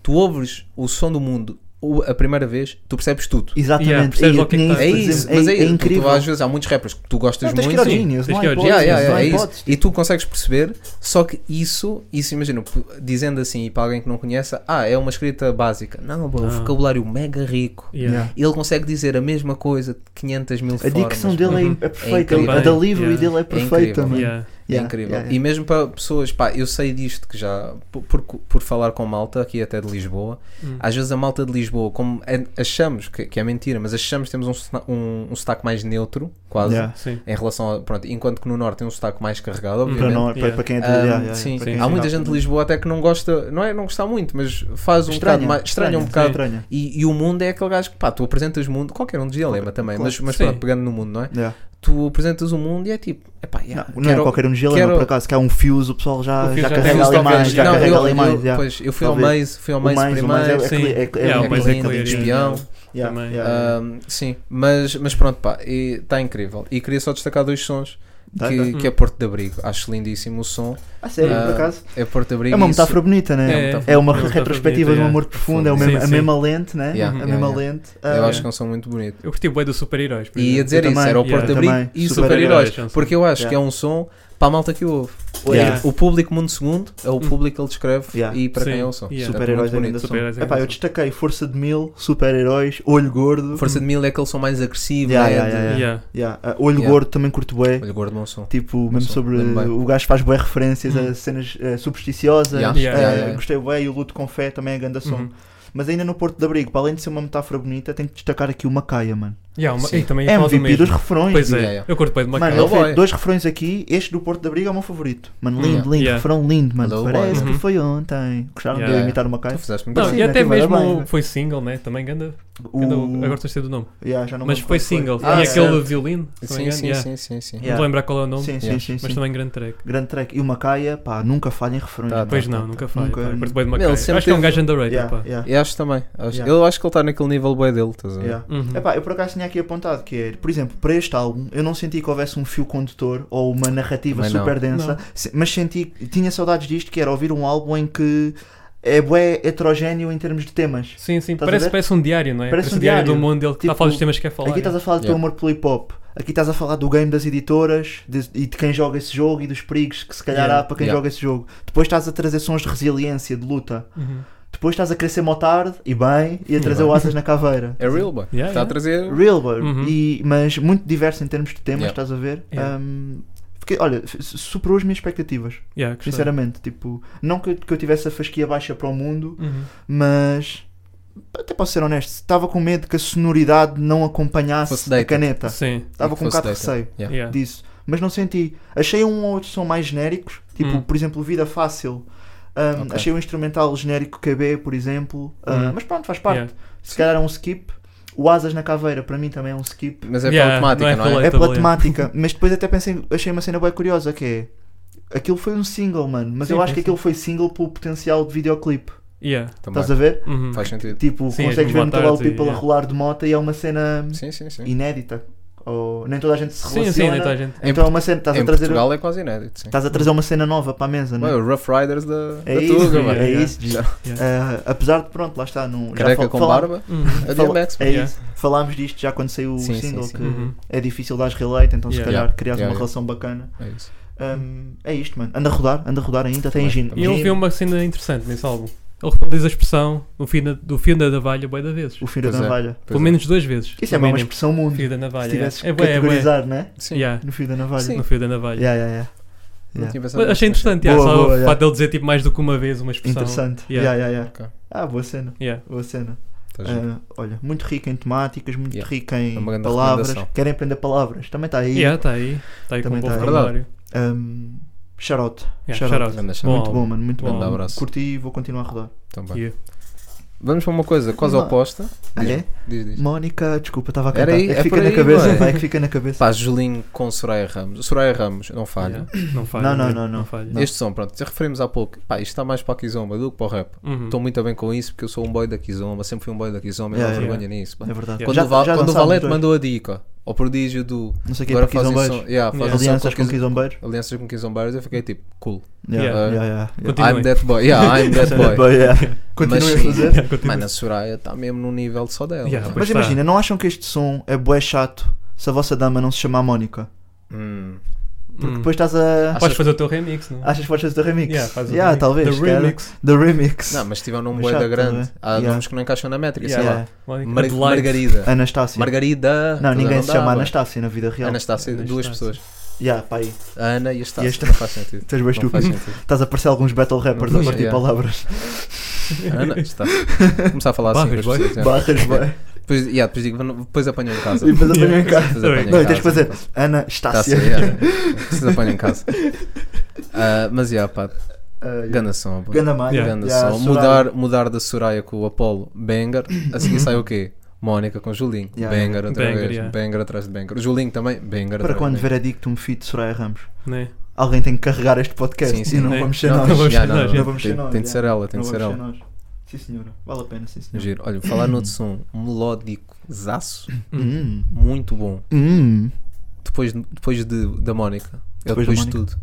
tu ouves o som do mundo o- a primeira vez, tu percebes tudo.
Exatamente.
Yeah, percebes
Ei, eu
o que é que
tinha
tá-
É
por
isso,
exemplo,
mas é,
é,
isso. Tu- tu
incrível.
às vezes há muitos rappers que tu gostas
Não, tens que ir
muito.
ao
sim.
Genius,
Tens
não há
que ir ao
hipótese,
Yeah, yeah,
não tipo.
yeah,
há
é isso.
hipótese.
E tu consegues perceber, só que isso, isso imagina, p- dizendo assim, para alguém que não conhece, ah, é uma escrita básica. Não, bro,
Ah.
Não.
vocabulário mega rico.
Yeah.
Ele consegue dizer a mesma coisa de 500 mil
A
formas.
dicção
mano.
dele é-
Uhum.
é perfeita,
incrível.
a delivery
Yeah.
dele é perfeita,
incrível.
mano.
Yeah.
É
Yeah,
incrível.
yeah,
E
yeah.
mesmo para pessoas, pá, eu sei disto que já, por, por, por falar com malta aqui até de Lisboa,
Hum.
às vezes a malta de Lisboa, como é- achamos, que, que é mentira, mas achamos que temos um, sota- um, um sotaque mais neutro, quase,
Yeah.
Sim.
em relação a, pronto, enquanto que no Norte tem um sotaque mais carregado,
Para,
obviamente.
não,
Yeah.
para, para quem é de
Ahm,
yeah, yeah,
sim,
yeah,
sim.
para quem é
Há muita
de-
gente de Lisboa até que não gosta, não é não gostar muito, mas faz um bocado mais, estranha um bocado.
Estranha.
E, e o mundo é aquele gajo que, pá, tu apresentas o mundo, qualquer um dos dilema também, mas, mas
Sim.
pronto, pegando no mundo, não é?
Yeah.
Tu apresentas o mundo e é tipo, epá, yeah,
Não é
quero-
qualquer um de gelo,
quero-
por acaso, que há um fuse, o pessoal já,
O fuse
já
já
carrega
tem-
ali mais, já
É Não, eu-
carrega ali
eu-
mais. yeah.
Pois, eu fui ao
Talvez.
Maze, fui ao
O
Maze
mais, o
primeiro.
mais é-
Sim.
é- é- é-
Yeah,
é-
o mais
é-
é
é-
clear,
espião.
yeah.
Yeah,
Também.
yeah, yeah.
Ahm, Ah, sim, mas, mas pronto, pá, está incrível. E queria só destacar dois sons.
Tá,
que,
tá.
que é Porto de Abrigo, acho lindíssimo o som.
Ah, sério,
Ah,
por acaso.
É Porto de Abrigo.
É uma
e isso-
metáfora bonita, né?
É,
É, uma
é uma
retrospectiva
metáfora
de um
bonita,
amor profundo, é o
Sim,
mesmo- a
sim.
mesma lente, né?
Yeah,
A
yeah,
mesma
yeah.
lente.
Eu
Ah,
acho que é um som muito bonito.
Eu gostei bem dos super-heróis. por
E ia
exemplo.
dizer
Eu
isso,
também,
era o Porto
yeah.
de Abrigo
Também,
e
super-heróis,
super-heróis.
são
Porque eu acho
yeah.
que é um som para a malta que ouve. É
Yeah.
O público Mundo Segundo é o público que ele descreve
Yeah.
e para
Sim,
quem é o som.
yeah.
Portanto,
Super-heróis
muito
ainda
bonito.
são.
Super-heróis é
Epá, eu
engraçado.
destaquei Força de Mil, Super-heróis, Olho Gordo.
Força de Mil é aquele som mais agressivo,
Yeah,
né,
yeah,
de-
yeah,
Yeah.
Yeah, ah, Olho
Yeah.
Gordo também curto bué.
Olha, gordo bom som.
Tipo,
Não
mesmo
sei,
sobre.
lembro bem.
O gajo faz bué referências
Uhum.
a cenas eh, supersticiosas.
Yeah,
yeah,
eh,
yeah, yeah.
Gostei bué e o Luto com Fé também é grande som.
Uhum.
Mas ainda no Porto de Abrigo, para além de ser uma metáfora bonita, tenho que destacar aqui o Macaia, mano.
Yeah, uma-
Sim.
e também ia falar do
MVP
mesmo.
dos refrões.
Pois é,
Yeah, yeah.
eu curto bem de uma
Mano,
cara.
ele fez
Boy.
dois refrões aqui. Este do Porto de Abrigo é o meu favorito. Mano, lindo,
Yeah.
lindo.
Yeah.
Refrão lindo, mano.
Hello, boy.
Parece que
Uhum.
foi ontem. Gostaram de
Yeah.
eu imitar o Macaia?
Tu fizeste muito
Não,
bem.
e
Sim, né,
até
que vai dar
mesmo
bem, né?
foi single, né? Também ganda.
O...
ganda- Agora estou a esquecer do nome.
Yeah, já não
Mas
lembro
foi
qual
single.
Ah,
e aquele
certo.
violino, se não me engano.
Sim, sim,
yeah.
sim, sim, sim.
Não
Yeah.
vou lembrar qual é o nome,
Sim, sim,
Yeah.
sim, sim.
mas também grande track.
Grande track. E o Macaia, pá, nunca falha em refrões.
Tá,
mano.
Pois não, nunca falha.
Nunca-
pá, eu Curto bem de uma
Ele
cara.
sempre
Acho que é um
teve-
gajo underrated,
Yeah,
pá.
yeah,
Eu acho também. Acho-
Yeah.
Eu acho que ele está naquele nível bem dele, estás a ver?
yeah.
Uhum.
Epá, eu por acaso tinha tinha aqui apontado, que é, por exemplo, para este álbum, eu não senti que houvesse um fio condutor ou uma narrativa
Também não.
super densa, se- mas senti, tinha saudades disto, que era ouvir um álbum em que é bué heterogéneo em termos de temas.
Sim, sim,
Estás a
parece,
ver?
parece um diário, não é?
Parece um
do
diário.
mundo, ele está a
Tipo,
falar dos temas que quer falar.
Aqui estás a falar do teu
Yeah.
amor pelo hip hop, aqui estás a falar do game das editoras de- e de quem joga esse jogo e dos perigos que se calhar
Yeah.
há para quem
Yeah.
joga esse jogo. Depois estás a trazer sons de resiliência, de luta.
Uhum.
Depois estás a crescer motarde e bem e a trazer
bem.
o asas na caveira.
É real, boy. Está
Yeah,
a
yeah.
trazer.
Real, bro,
Uhum.
e, mas muito diverso em termos de temas,
Yeah.
estás a ver?
Yeah.
Um, fiquei- olha, f- superou as minhas expectativas,
Yeah, gostei.
sinceramente. Tipo, não que, eu- que eu tivesse a fasquia baixa para o mundo,
Uhum.
mas até posso ser honesto, estava com medo que a sonoridade não
Fosse
acompanhasse a
dated.
caneta.
Sim.
Estava com um
Fosse
bocado de
dated.
receio
Yeah.
Yeah.
disso. Mas não senti. Achei um ou outro som mais genéricos, tipo,
Hum.
por exemplo, Vida Fácil. Um,
Ok.
Achei um instrumental genérico KB, por exemplo. Uh,
Hum.
Mas pronto, faz parte.
Yeah.
Se calhar é um skip. O Asas na Caveira, para mim, também é um skip.
Mas é
Yeah,
pela automática,
não é
não é?
É pela
Relatable, é.
temática, mas depois até pensei, achei uma cena bem curiosa que é. Aquilo foi um single, mano, mas
Sim,
eu acho
sim,
que aquilo foi single pelo potencial de videoclipe.
Yeah.
Também.
Estás a ver?
Uhum.
Faz sentido.
Tipo,
Sim, as
consegues ver muito
motards
o
e-
People
yeah.
a rolar de moto e é uma cena
Sim, sim, sim.
inédita. Ou nem toda a gente se
Sim, sim,
relaciona.
ainda está a gente.
então é uma cena, estás
em
a trazer
Portugal é quase inédito, sim.
estás a trazer uma cena nova para a mesa, não
Bem,
é?
o Rough Riders da,
É
da
isso,
Tuga,
é
mano.
yeah.
isso.
Já-
Ah, apesar de pronto, lá está, não, já
Careca
fal-
com
falámos-
barba.
Uhum.
A
fala-
DMX,
é
mano.
yeah.
isso. Falámos disto já quando saiu o
Sim, sim,
single
sim.
que
Uhum.
é difícil dar relate, então se
Yeah.
calhar
Yeah.
criares
Yeah,
uma
yeah.
relação bacana.
É isso.
Hum, é isto, mano. Anda a rodar, anda a rodar ainda, tem
Bem,
gin.
E eu
gin,
ouvi uma cena interessante nesse álbum. Ele reutiliza a expressão do fio da, do fio da navalha boi da vezes.
O fio da
Pois é.
navalha.
Pois
Pelo menos duas vezes.
Isso é
no
uma
mínimo.
expressão mundo.
Fio da
Se
navalha.
tivesses
yeah.
que
É bué, é bué.
categorizar, né?
Sim.
Yeah,
No fio da navalha.
Sim.
No fio da navalha.
Yeah, yeah, yeah.
Não
Yeah.
tinha pensado
Mas achei
nisso, né?
interessante, yeah,
Boa,
só
boa,
o
yeah.
fato dele dizer tipo mais do que uma vez uma expressão.
Interessante.
Yeah.
Yeah. Yeah, yeah,
Ok.
Ah, boa cena.
Yeah.
Boa cena.
Tá giro.
Ah, olha, muito rica em temáticas, muito
Yeah.
rica
É
em
uma grande
palavras.
recomendação.
Querem aprender palavras? Também está aí.
Yeah, tá aí. Tá aí
Também
com um
tá
bom
aí.
vocabulário.
Um, shout out.
Yeah,
Shout
shout
out.
out.
Ganda chave.
Bom
Muito
álbum.
bom, mano. Muito
Grande
bom.
Um abraço.
Curti e vou continuar a rodar.
Também.
Yeah.
Vamos para uma coisa quase
Não.
oposta.
Ah,
Diz-me,
é?
Diz, diz.
Mónica, desculpa, estava a
Era
cantar.
aí,
é que
é
fica
por
na
aí,
cabeça,
mano.
pá, é que fica na cabeça.
Pá, Julinho com Soraya Ramos. Soraya Ramos, não falha.
Yeah. Não falha.
Não, não,
né?
não, não.
falha.
Não.
Este som, pronto, já referimos há pouco. Pá, isto está mais para a Kizomba do que para o rap.
Uhum.
Estou muito bem com isso porque eu sou um boy da Kizomba, sempre fui um boy da Kizomba e não há
Yeah,
vergonha
yeah.
nisso. pá.
É verdade.
Quando,
Já-
o, Val-
já
quando o
dançámos
Valete
dois.
mandou a dica ao prodígio do
Não sei o que é
agora
para
fazem som,
quizombeiros.
yeah, fazem
Yeah.
som
É Alianças
com
com
Kiz-
quizombeiros.
alianças com Kizombeiros, eu fiquei tipo, cool.
Yeah,
Yeah.
yeah, yeah, yeah.
Continuem.
I'm that boy, yeah, I'm that
Bem,
boy.
yeah. Continuem a
sim,
fazer.
Continua.
Mano, a Soraya está mesmo num nível só dela. tá
Yeah,
mano.
pois
Mas
está.
imagina, não acham que este som é bué chato se a vossa dama não se chamar Mónica?
Hum.
Porque
Hum.
depois estás a.
Podes fazer o teu remix, não?
Achas que podes fazer o remix?
Yeah, faz o
Yeah,
remix.
talvez.
The
se calhar.
remix.
The remix.
Não, mas se tiver um
Mas
nome bué da
chato,
grande,
né?
há
Yeah.
nomes que não encaixam na métrica, sei lá.
Yeah.
Mónica,
Mar-
Adelaide.
Margarida.
Anastácia.
Margarida.
Não,
toda
ninguém se
dá,
chama
mano.
Anastácia na vida real.
Anastácia, duas
Anastácia.
pessoas.
Yeah, pá aí.
A Ana e a
E
Estácia.
a Estácia.
Não faz sentido.
Tu és bem
Não faz
estúpido.
sentido.
Estás a parecer alguns battle rappers
Não,
a partir
yeah.
palavras.
Ana, Estácia. Começar a falar assim com
Barras,
as
boy.
pessoas. yeah.
Barras, vai.
Depois, yeah, depois, digo, depois apanham em casa.
E depois apanham em casa.
Depois apanham em
Não, e tens de
casa. Tá
fazer Ana
Estácia.
Estácia.
yeah. Vocês apanham em casa. Ah, mas, yeah, pá,
Ah, yeah.
ganda som. pá.
Ganda malha.
Yeah.
Ganda
Yeah,
som.
Soraya.
Mudar, mudar da Soraya com o Apolo, banger. A seguir sai o quê? Mónica com Julinho,
Uhum. Yeah.
banger outra
Banger,
vez,
yeah.
banger atrás de banger. Julinho também, banger
Para
atrás
quando
de banger.
veredicto um feed de Soraya Ramos.
Né?
Alguém tem que carregar este podcast
Sim, sim.
e não
Né?
vamos ser
Não,
nós.
não vamos
Yeah,
ser nós,
tem-
não
vamos ser
tem,
nós,
tem de ser
yeah.
ela, tem
Não
de ser
vamos
ela.
nós. Sim senhora, vale a pena, sim senhora.
Giro. Olha, falar no outro som, Um melódico, zaço,
Hum.
muito bom.
Hum.
Depois, depois de, da Mónica, eu
Depois da
depois de
Mónica.
tudo.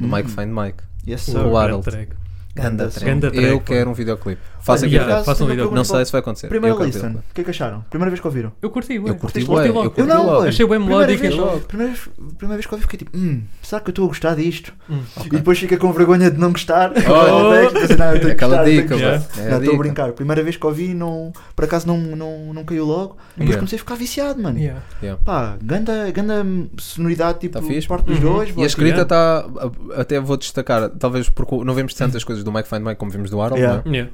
Do
Hum.
Mike Find Mike.
Yes,
O
sir.
Uau.
grande
Harold.
track.
Ganda
som.
Ganda
Eu
track,
quero um videoclipe. Faça
yeah,
videoclipe.
faça um
eu
vídeo.
pergunto
Não sei
logo.
se vai acontecer.
Primeira
eu quero
listen,
videoclipe.
o que é que acharam? Primeira vez que ouviram?
Eu curti,
Eu
bué.
curti
Curti
bué,
logo.
eu curti
Eu não,
logo.
bué.
Achei bem
Primeira
melódico.
vez,
e-
primeira, vez- primeira vez que ouvi fiquei tipo, hum, será que eu estou a gostar disto?
Hum.
E depois fica com vergonha de não gostar.
Olha.
Depois, não, eu tenho que
É Oh. aquela
gostar, tenho que
dica,
Yeah.
mano. É
Não, estou a
dica.
brincar. Primeira vez que ouvi, não, por acaso não, não, não caiu logo. Depois
Yeah.
comecei a ficar viciado, mano.
Yeah.
Pá, ganda, ganda sonoridade, tipo,
Tá fixe?
parte dos
Uhum.
dois.
E a
boa
escrita
Yeah.
está. Até vou destacar, talvez porque não vemos tantas coisas do Mike Find Mike como vimos do Harold,
Yeah.
não é?
Yeah.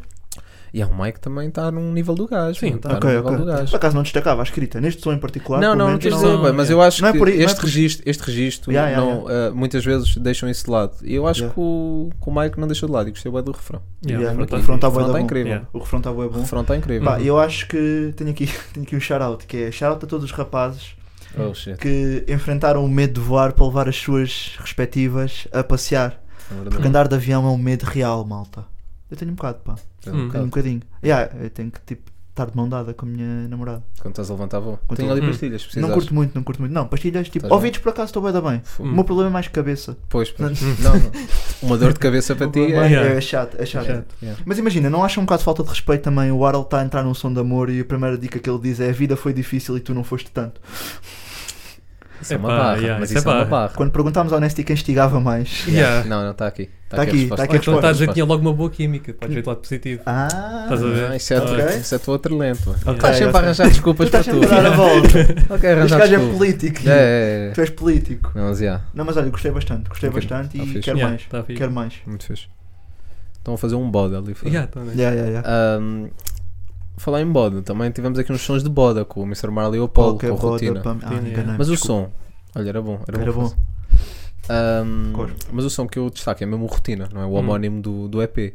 E ah, o Mike também está num nível do gajo.
Sim,
tira.
está
tá Ok,
num nível
ok.
Tá do gajo.
Por acaso não destacava a escrita, neste som em particular.
Não,
pelo
não, não
menos,
quis
não-
dizer, bem, mas eu acho
Não é
que
por aí- não é
este,
por-
registro, este registro
Yeah, yeah,
não, eh, muitas vezes deixam isso de lado. E eu acho
Yeah.
que, o, que o Mike não deixou de lado e gostei bem do refrão.
Yeah,
Yeah,
pronto.
o refrão está
O refrão tá
bom.
incrível.
Yeah.
O refrão está bom.
O refrão está incrível.
Pá, eu acho que tenho aqui, tenho aqui um shout-out, que é shout-out a todos os rapazes
Oh shit.
que enfrentaram o medo de voar para levar as suas respectivas a passear.
é verdade.
Porque andar de avião é um medo real, malta. Eu tenho um bocado, pá.
É
Hum.
um
Tenho um
bocado.
bocadinho. Yeah, eu tenho que, tipo, estar de mão dada com a minha namorada.
Quando estás a levantar a voa.
Quando
Tenho
eu-
ali
Hum.
pastilhas, precisas.
Não curto muito, não curto muito. Não, pastilhas, tipo,
Estás bem.
ouvidos por acaso estou bem da bem.
Fu-
O meu problema é mais cabeça.
Pois, pois. não, não. Uma dor de cabeça para ti é.
Mas-
é, é chato, é chato.
Chato.
Yeah.
Mas imagina, não acha um bocado de falta de respeito também o Harold está a entrar num som de amor e a primeira dica que ele diz é a vida foi difícil e tu não foste tanto.
Isso é uma
Epá,
barra.
yeah,
mas
isso
isso
é
é uma
barra.
barra.
Quando perguntámos ao Nesty quem estigava mais.
Yeah.
Não, não, está aqui. Está
Tá
aqui,
aqui,
a
tá
resposta.
Ou
aqui
então estás
resposta.
aqui a logo uma boa química, podes ver do lado positivo.
Ah,
Estás a ver?
Não, isso é,
Ok.
tu, isso é teu talento. mano.
Ok,
Estás sempre a
ok.
arranjar desculpas para
estás
tudo.
tá. sempre a dar a volta.
Ok,
Este
arranjar
gajo é
desculpas.
político.
É, é, é.
Tu és político.
Não, mas yeah,
Não, mas olha, gostei bastante, gostei
Ok,
bastante
tá
e
fixe.
quero
Yeah,
mais.
tá fixe.
quero mais.
muito fixe. Estão a fazer um bode ali. fora.
Yeah, também.
Yeah, yeah, yeah.
Ahm, falar em boda, também tivemos aqui uns sons de boda com o Mr. Marley e o Paulo, com
Qualquer
a
boda,
rotina.
pam- Ah,
Rotina,
enganei-me,
Mas o
desculpa.
som, olha, era bom. Era,
Era
bom.
bom.
Ahm,
Gosto.
mas o som que eu destaco é mesmo o rotina, não é? O
Hum.
homónimo do, do EP.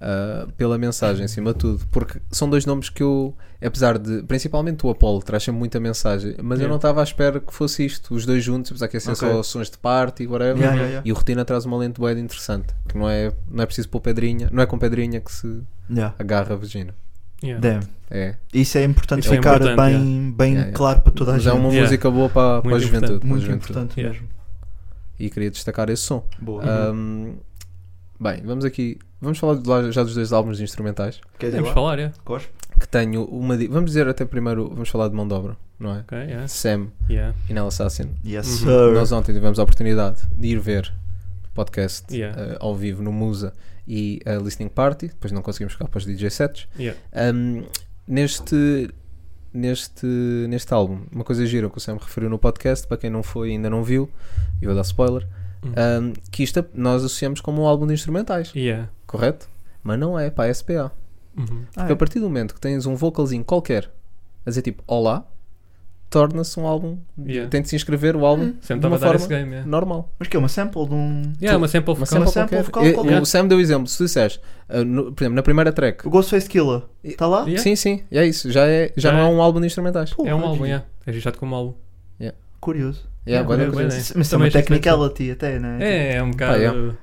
Ah, pela mensagem, acima de tudo, porque são dois nomes que eu, apesar de principalmente o Apolo, traz sempre muita mensagem, mas eu
Yeah.
não estava à espera que fosse isto, os dois juntos, apesar que ia ser
Ok.
só sons de parte e whatever.
Yeah, yeah, yeah.
E o Rotina traz uma lente boeda interessante, que não é, não é preciso pôr pedrinha, não é com pedrinha que se
Yeah.
agarra a vagina.
Yeah.
Damn.
É,
Isso é importante
Isso é
ficar
importante,
bem, bem
Yeah, yeah.
claro para toda a
mas é um
gente.
uma
Yeah.
música boa para, para a
Muito
juventude.
importante.
para a
Muito
juventude.
importante
Yeah.
mesmo.
E queria destacar esse som.
Boa.
Ahm, bem, vamos aqui. Vamos falar de lá já dos dois álbuns instrumentais.
Quer dizer,
Podemos
lá?
falar, é.
Cospe?
Que tenho uma. di- Vamos dizer até primeiro. Vamos falar de mão de obra, não é?
Ok, yeah.
Sam
Yeah.
e Nell Assassin.
Yes,
Uhum.
sir.
Nós ontem tivemos a oportunidade de ir ver o podcast
Yeah.
eh, ao vivo no Musa e a Listening Party. Depois não conseguimos ficar para os DJ sets.
Yeah.
Um, neste, neste, neste álbum, uma coisa gira que o Sam referiu no podcast, para quem não foi e ainda não viu, e vou dar spoiler, um, que isto nós associamos como um álbum de instrumentais,
Yeah.
correto? Mas não é para a SPA.
Uhum.
Ah,
Porque a partir do momento que tens um vocalzinho qualquer a dizer tipo Olá, torna-se um álbum.
Yeah.
Tem de se inscrever o álbum
Uhum.
Sempre
de
estava
uma
a dar esse
forma
game, yeah.
normal.
Mas que é uma sample de um.
Yeah, mas sempre
Uma
houve
sample
uma sample
qualquer.
vocal
Eh,
qualquer.
O Sam deu exemplo, se tu disseste, eh, no- por exemplo, na primeira track.
O Ghostface Killer.
E-
Está Tá lá?
Yeah.
Sim, sim, é isso. Já, é, já
Já
não é
é.
um álbum de instrumentais.
Pô,
É um
olha,
álbum, yeah. é registrado como álbum.
Curioso.
É, agora eu
bué,
conheço.
Mas isso é
Também
uma
achei
technicality até, né?
É, é um bocado.
yeah.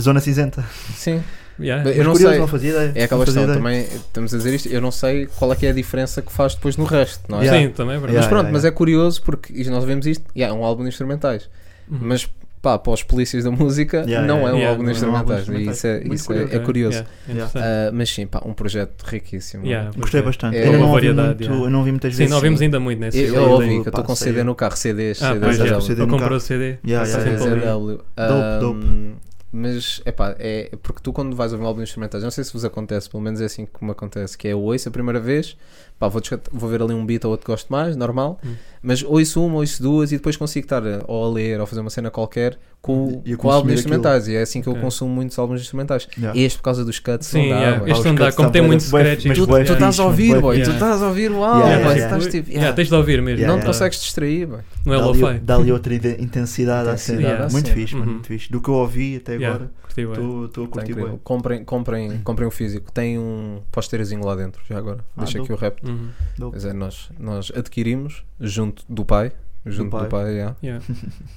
Zona cinzenta.
Sim,
yeah.
eu
Mas
não
curioso,
sei.
não fazia ideia.
É aquela
não fazia
questão,
ideia.
também estamos a dizer isto, eu não sei qual é que é a diferença que faz depois no resto, não é?
Yeah.
Sim, também é
Mas
verdade.
Yeah,
pronto,
yeah,
mas
yeah.
é curioso porque isto- nós vemos isto, yeah, é um álbum de instrumentais,
Uhum.
mas pá, para os polícias da música
Yeah,
não
yeah,
é um
yeah.
álbum de
Não é um álbum de
instrumentais, e isso é,
instrumentais. Muito
isso é-
curioso,
é curioso.
Yeah, é
Yeah.
interessante.
Ah, mas sim, pá, um projeto riquíssimo.
Yeah, porque-
Gostei bastante.
É
Ainda
uma
não ouvi
variedade,
muito,
yeah.
eu não ouvi muitas
Sim,
vezes.
não ouvimos ainda muito nesse.
Eu, eu
Sim.
ouvi que eu estou
Pá,
com
sei.
CD no carro, CDs,
tá Ah,
CDs
pois,
da
já,
W.
CD
eu
no
comprei
carro.
o CD.
Yeah,
está
yeah,
sempre
yeah.
ali.
ZW.
Dope, dope.
Ahm, Mas epá, é porque tu quando vais ouvir um álbum de instrumentais, não sei se vos acontece, pelo menos é assim que me acontece, que é eu ouço a primeira vez, pá, vou, descat- vou ver ali um beat ou outro que gosto mais, normal,
Hum.
mas ouço uma, ouço duas e depois consigo estar a- ou a ler ou a fazer uma cena qualquer com,
E a
com
consumir
álbuns de
aquilo. Ah.
instrumentais. E é assim que eu
Ok.
consumo muitos álbuns de instrumentais. é
Yeah.
Este por causa dos cuts
Sim,
não dá.
yeah,
mano.
este é um não
os
dá,
cuts
como
tá
tem
bué-
muito
bué-
scratch.
mas
Tu,
bué
tu estás
fixe,
a
mano,
ouvir,
bué
boy, tu
Yeah.
estás a ouvir o álbum,
Yeah,
boy,
yeah,
estás tipo,
Yeah,
yeah,
tens de ouvir mesmo.
Yeah,
não te
tá-
yeah.
consegues distrair, boy.
Não é
Dá-lhe
lo-fi.
dá-lhe outra ide- intensidade à cena.
Intensidade à
Muito
cena.
fixe, mano,
Uhum.
muito fixe. Do que eu ouvi até
Yeah,
agora,
curti bué.
estou a
Tá
curtir
incrível.
bem.
Comprem, comprem, comprem o físico. Tem um posteirozinho lá dentro, já agora.
Ah,
Deixa aqui
dope.
o rap.
Uhum.
Mas é, nós, nós adquirimos junto do pai. Junto do
pai.
pai, yeah.
Yeah.